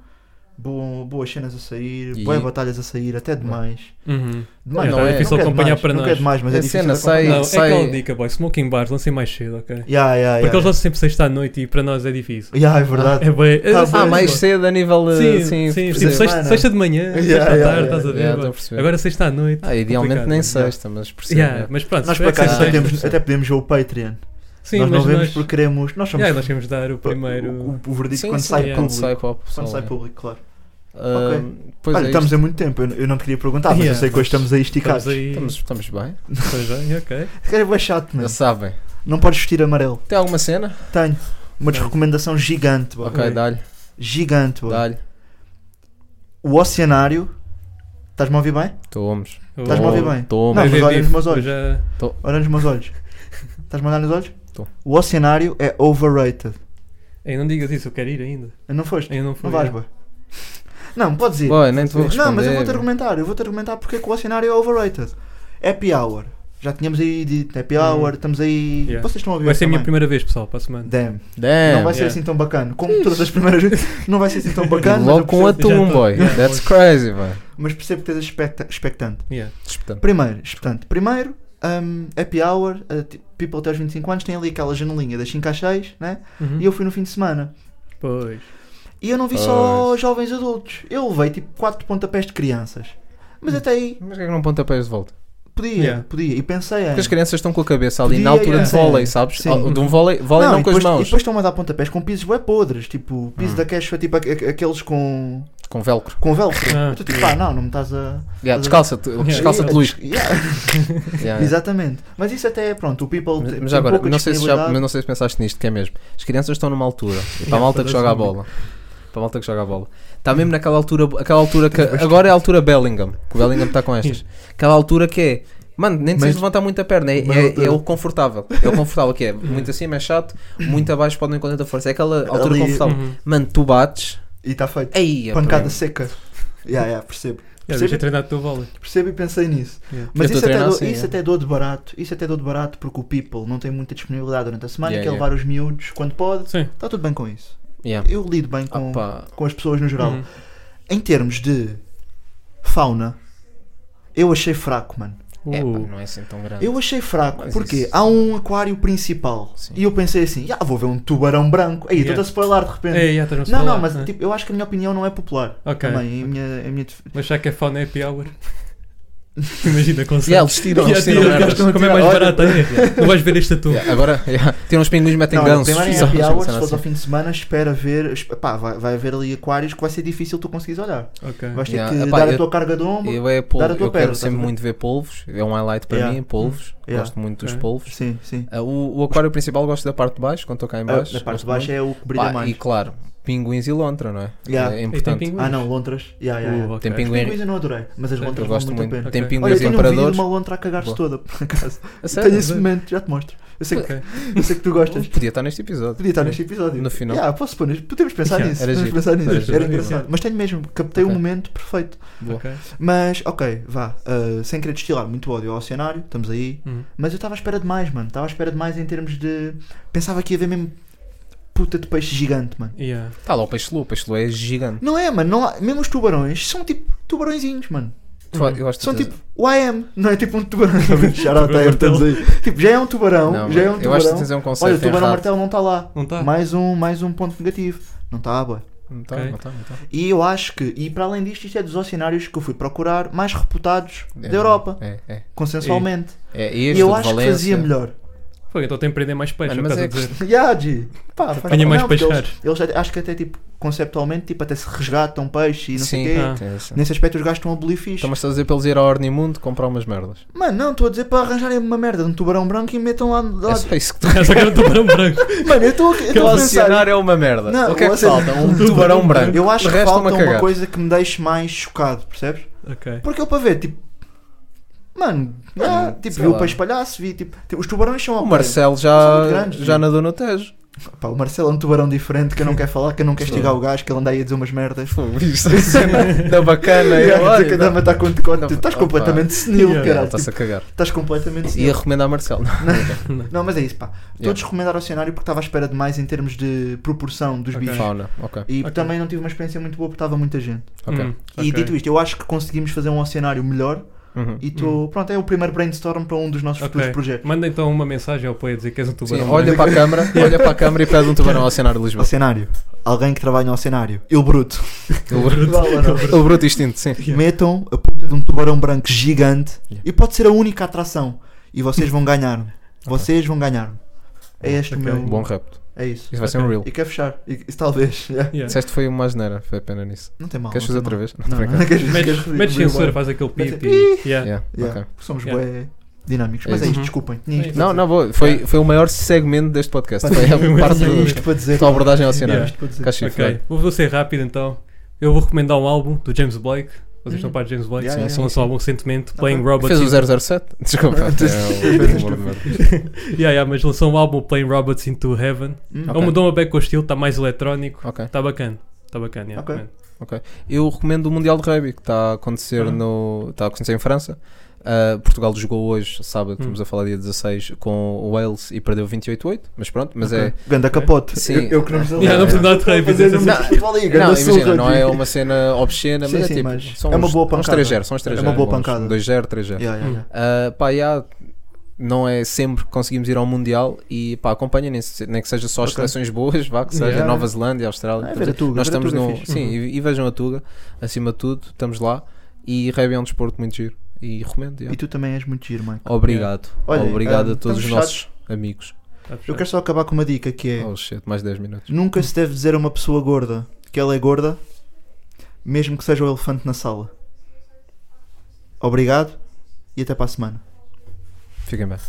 bom, boas cenas a sair,
E-
boas batalhas a sair, até demais. Demais,
Não, é difícil
quero
acompanhar
demais,
para
não
nós.
quero demais, mas é
A
difícil
cena
acompanhar.
sai-
Não,
sai-
é aquela dica, boy. Smoking bars, lancem mais cedo, ok?
Yeah, yeah,
Porque eles
yeah.
lançam sempre sexta à noite e para nós é difícil.
Yeah, é verdade.
É bem. é-
Tá
Ah,
bem.
mais cedo a nível. uh,
Sim,
assim,
sim, sim,
percebe?
tipo, sexta,
Semana.
sexta de manhã,
Yeah,
sexta à
yeah,
tarde,
yeah.
estás a ver?
Yeah,
boy.
estou a perceber.
Agora sexta à noite. é
Ah, idealmente
complicado.
né?
nem sexta, mas percebo.
Yeah,
yeah.
Mas pronto,
Nós
se
por
tiver que
acaso
ser
até
sexta-
podemos, até podemos ver o Patreon.
Sim,
nós
mas
não vemos
nós,
porque queremos. Nós somos
yeah, nós temos de dar o primeiro.
o, o verdito
Sim,
quando
sim,
sai
yeah.
público.
Quando sai para o
Quando
pessoal, é.
sai
yeah.
público, claro.
Ah, Pois
Olha,
é,
estamos
isto.
a muito tempo, eu, eu não te queria perguntar, mas eu
Yeah.
sei que hoje estamos aí esticados.
Estamos aí.
Estamos, estamos bem.
Pois bem, ok.
Cara, é bué chato,
Já
mano.
sabem.
Não podes vestir amarelo.
Tem alguma cena?
Tenho uma desrecomendação gigante, boa.
Ok, dá-lhe.
Gigante, boa.
Dá-lhe.
O Oceanário. Estás-me a ouvir bem?
Tomos.
Estás-me a ouvir bem?
Tomos.
Não, mas
Eu
olha nos
vi-
meus
eu
olhos.
já-
Olha nos meus olhos. Estás-me a olhar nos olhos?
Tô.
O Oceanário é overrated.
Ei, não digas isso, eu quero ir ainda.
Não foste?
Ainda não fui.
Não vais, boa. Não, podes ir.
Boy, nem te vou responder.
Não, mas eu vou-te
meu.
argumentar, eu vou-te argumentar porque é que o Oceanário é overrated. Happy Hour. Já tínhamos aí dito Happy
Uhum.
Hour, estamos aí.
Yeah.
Vocês estão a ver.
Vai ser a minha
também.
primeira vez, pessoal, para a semana.
Damn.
Damn.
Não vai ser
Yeah.
assim tão bacana. Como todas as primeiras vezes, não vai ser assim tão bacana. mas,
Logo
eu
com
percebo,
atum,
já
boy.
tô- Yeah.
That's crazy, boy.
mas percebo que tens expecta- expectante.
Yeah.
Espetante.
Primeiro, expectante. Primeiro, um, Happy Hour, uh, ti- people até aos 25 anos, tem ali aquela janelinha das 5 às 6, né?
Uhum.
E eu fui no fim de semana.
Pois.
E eu não vi só jovens adultos. Eu levei tipo 4 pontapés de crianças. Mas até aí
Mas por que é que não pontapés de volta?
podia,
Yeah.
podia. E pensei em.
Porque as crianças estão com a cabeça ali na
Podia,
altura de
yeah.
vôlei, sabes?
Sim.
Ah, De um vôlei, vôlei
Não,
não,
e
com
depois,
as
E
mãos,
depois estão a dar pontapés com pisos bué podres, tipo, o piso
Hum.
da Quechua, tipo aque- aque- aqueles com,
com velcro.
com velcro.
Ah,
Eu tô tipo, pá, não, não me estás a.
Yeah,
Mas-
descalça-te, descalça-te, Luís.
Yeah,
Yeah, yeah.
Exatamente. Mas isso até é pronto, o people.
É. Mas-
tem-
Mas
tem
agora,
pouca
não sei, se já,
disponibilidade.
mas não sei se pensaste nisto, que é mesmo. As crianças estão numa altura, e para a malta que joga a bola. Para a malta que joga a bola. Está mesmo naquela altura, aquela altura que. Agora é a altura Bellingham, que o Bellingham está com estas. Aquela altura que é. Mano, nem precisas
Mas-
levantar muito a perna, é,
mas
é-
outra-
é o confortável. É o confortável que é. Muito acima é chato, muito abaixo pode não encontrar tanta força. É aquela altura
Ali-
confortável.
uhum.
Mano, tu bates,
E está feito.
aí
Pancada seca. Yeah, yeah, percebo.
Yeah,
Percebe?
deixa treinar o teu vôlei.
Percebo e pensei nisso.
Yeah.
Mas isso,
Eu tô a
até
treinar
dou,
assim,
isso
é.
até dou de barato. Isso até dou de barato porque o people não tem muita disponibilidade durante a semana
Yeah,
quer
yeah.
levar os miúdos quando pode.
Sim.
Está tudo bem com isso.
Yeah.
Eu lido bem com,
Opa.
com as pessoas no geral.
Uhum.
Em termos de fauna, eu achei fraco, mano.
É, pá,
Uh,
não é assim tão grande.
Eu achei fraco,
Mas
porque
isso-
há um aquário principal
Sim.
e eu pensei assim, ah, vou ver um tubarão branco. Aí,
Yeah.
estou-te a spoiler de repente.
é, yeah, estás-me a
Não, não,
falar.
mas
Ah.
tipo, eu acho que a minha opinião não é popular.
Ok.
Também, a minha, a minha def-
Mas já que é fauna happy hour. Imagina, consegue.
Yeah, eles tiram,
Yeah,
eles tiram
tira,
merdas.
gastam- como é mais barato é. Não vais ver este atum.
assim, Yeah, Agora, yeah, tiram os pinguins, metem
Não,
gansos.
primeiro em happy
Sabe?
hour, se
Cena
fores ao
assim.
fim de semana, espera ver, esp- pá, vai, vai haver ali aquários que vai ser difícil tu conseguires olhar.
Ok.
Vais ter
Yeah,
que
epá,
dar
eu-
a tua carga de ombro.
Eu, é
Dar
polvo,
a tua pedra,
eu quero
estás a
sempre
ver?
muito ver polvos, é um highlight para
Yeah.
mim, polvos.
Yeah. É.
Gosto muito dos
Ok.
polvos.
Sim, sim.
Ah, o, o aquário principal gosto da parte de baixo, quando estou cá em
A,
baixo.
a parte de
gosto
baixo
muito.
é o que brilha
Pá, E
mais.
claro, pinguins e lontra, não é?
Yeah. E
É
tem
importante.
pinguins.
Ah não, lontras. Yeah, yeah,
Uh,
yeah.
ok.
Tem pinguins.
Pinguins eu não adorei, mas as
Eu
lontras
gosto
vale muito a pena.
muito. Tem
Ok.
Olha,
pinguins
eu tenho um vídeo de
imperadores.
uma lontra a cagar-se
Boa.
toda, por acaso.
A sério?
Tenho esse momento, já te mostro. Eu sei, que,
Ok.
eu sei que tu gostas.
Podia estar neste episódio.
Podia estar neste episódio.
No final.
Yeah, posso pôr nisso. Podemos pensar
Yeah,
nisso.
era
Podemos
giro.
pensar nisso.
Era
Era,
giro.
engraçado. Mas tenho mesmo, captei o
Ok.
momento perfeito.
Boa.
Ok.
Mas, ok, vá. ah, sem querer destilar muito ódio ao cenário, estamos aí.
Uhum.
Mas eu estava à espera demais, mano. Estava à espera demais em termos de. Pensava que ia haver mesmo puta de peixe gigante, mano.
Yeah.
Está Tá lá o peixe lua, o peixe lua é gigante.
Não é, mano. Não há- Mesmo os tubarões são tipo tubarõezinhos, mano.
Tu- Eu gosto
São
de-
tipo o AM, não é tipo um tubarão. já era até, estamos aí. Tipo, já é um tubarão,
Não,
já é
mano,
um
Eu acho que
tubarão.
tens um conceito
Olha, o tubarão
errado.
martelo não está lá.
Não tá? está?
Mais um, mais um ponto negativo. Não está, boa.
Não está,
Ok.
não está, não está.
E eu acho que, e para além disto, isto é dos oceanários que eu fui procurar mais reputados
É,
da Europa,
É, é.
consensualmente.
É
E
este,
eu
o de
acho que
Valência.
fazia melhor.
Foi, então tem que prender mais peixe,
Mano,
é o que
mas
estás a
é
dizer.
Yadi! Pá, faz
Apanha
parte.
mais
Não, porque
peixares.
Eles, eles até- acho que até tipo, conceptualmente, tipo, até se resgatam peixe e não
Sim,
sei
Então,
o quê.
Ah.
tem essa.
Nesse aspecto os gajos estão a bolir fixe.
Estamos a dizer para eles ir à Ordem Mundo comprar umas merdas.
Mano, não, estou a dizer para arranjarem uma merda de um tubarão branco e metam lá. lá...
É só isso que tu
Só que era um tubarão branco.
Mano, eu estou a- eu
Que
estou
o
Então, a pensar.
oceanário é uma merda.
Não,
o que é
o
que
oceano-
falta? Um tubarão branco.
Eu acho
O
que
resto é
falta uma
cagada.
coisa que me deixe mais chocado, percebes?
Ok.
Porque eu para ver, tipo. Mano, ah,
Mano,
tipo,
sei
vi o
lá.
peixe palhaço, vi tipo. tipo, os tubarões são
O
ok.
Marcelo
São muito
já,
grandes,
já
sim.
nadou no Tejo.
Pá, o Marcelo é um tubarão diferente que eu não quero falar, que eu não quero estigar o gajo, que ele anda aí a dizer umas merdas.
Pô, Isto é cena da bacana.
E
eu,
a É, dizer
olha,
que a
não.
dama está com decote.
Não,
Tu estás
opa. tá
completamente senil,
Yeah.
caralho.
Está-se a cagar.
tipo, Estás completamente
Ia
senil.
recomendar Marcelo.
Não, mas é isso, pá. Estou a
Yeah.
desrecomendar ao cenário porque estava à espera demais em termos de proporção dos bichos.
Fauna, ok.
E
Ok.
também não tive uma experiência muito boa porque estava muita gente.
ok.
Hum,
E
ok.
dito isto, eu acho que conseguimos fazer um cenário melhor
Uhum.
e estou. Pronto, é o primeiro brainstorm para um dos nossos futuros
Ok.
projetos.
Manda então uma mensagem ao Poe a dizer que és um
Sim,
tubarão branco.
olha para a câmara, olha para a câmara e pede um tubarão ao cenário de
Ao
Lisboa.
cenário. Alguém que trabalha no cenário. Eu bruto.
O bruto, o bruto instinto, sim.
Metam a puta de um tubarão branco gigante e pode ser a única atração. E vocês vão ganhar. Vocês vão ganhar. É este o
Ok.
meu.
Bom rapto.
É isso.
Isso vai ser um reel.
E quer fechar. E, e talvez. é.
Yeah.
Disseste que foi uma asneira, foi pena nisso.
Não tem mal.
Queres fazer
não tem
outra
mal.
vez?
Não, não,
Não,
não queres
Metes,
queres-
metes
queres-
sensor, faz aquele
Vai
pip
ser-
e... Yeah.
Yeah,
Yeah.
ok.
Porque somos
Yeah.
bué dinâmicos.
É
Mas é
isso.
isto,
Uhum.
desculpem. Tinha isto.
não, não vou. Foi, foi o maior segmento deste podcast. Foi a parte
Tinha
do-
isto para dizer.
da tua abordagem ao cenário.
Tinha isto para dizer.
Cachifre.
Ok, vou, vou ser rápido então. Eu vou recomendar um álbum do James Blake. Vocês estão a par de James Blake?
Hum. Yeah,
Sim,
yeah,
sim, lançou um álbum recentemente, Playing Robots.
Fez
in-
o 007? Desculpa. é,
Yeah, yeah, mas lançou um álbum Playing Robots into Heaven.
Hum.
Ele mudou uma back com o estilo, está mais eletrónico.
o- ok.
Está bacana. Está bacana, yeah,
Ok.
man.
Eu recomendo o Mundial de Rugby que está a acontecer
Uhum.
Ah.
no. Está a acontecer em França. Ah, Portugal jogou hoje, sábado, estamos
Hum.
a falar dia 16, com o Wales e perdeu 28-8, mas pronto, mas é.
Ganda capote.
Sim.
Eu, eu que não me
Yeah, não
é.
precisa dar de rave,
Fazer
dizer
um-
assim,
não, imagina, não é uma cena obscena,
Sim,
mas
sim,
é tipo.
mas
são
é uma
uns-
boa
uns
pancada. É
3-0, são uns 3-0.
uma boa
bons,
pancada.
2-0, 3-0.
Yeah, yeah, yeah.
Uh, pá, yeah, não é sempre que conseguimos ir ao Mundial e pá, acompanha, nem, se- nem que seja só as
Ok.
seleções boas, vá, que seja
Yeah.
Nova Zelândia, Austrália.
Ah, é
portanto,
ver a Tuga,
nós
ver a
estamos
Tuga é
no.
fixe.
Sim, e, e vejam a Tuga, acima de tudo, estamos lá. E rugby é um desporto muito giro e recomendo. yeah.
E tu também és muito giro, Mike.
Obrigado,
Olha,
obrigado
ah,
a todos os
estamos
nossos amigos.
Tá fechado.
Eu quero só acabar com uma dica que é:
Oh shit, mais 10 minutos.
nunca se deve dizer a uma pessoa gorda que ela é gorda, mesmo que seja o elefante na sala. Obrigado e até para a semana.
Fiquem bem.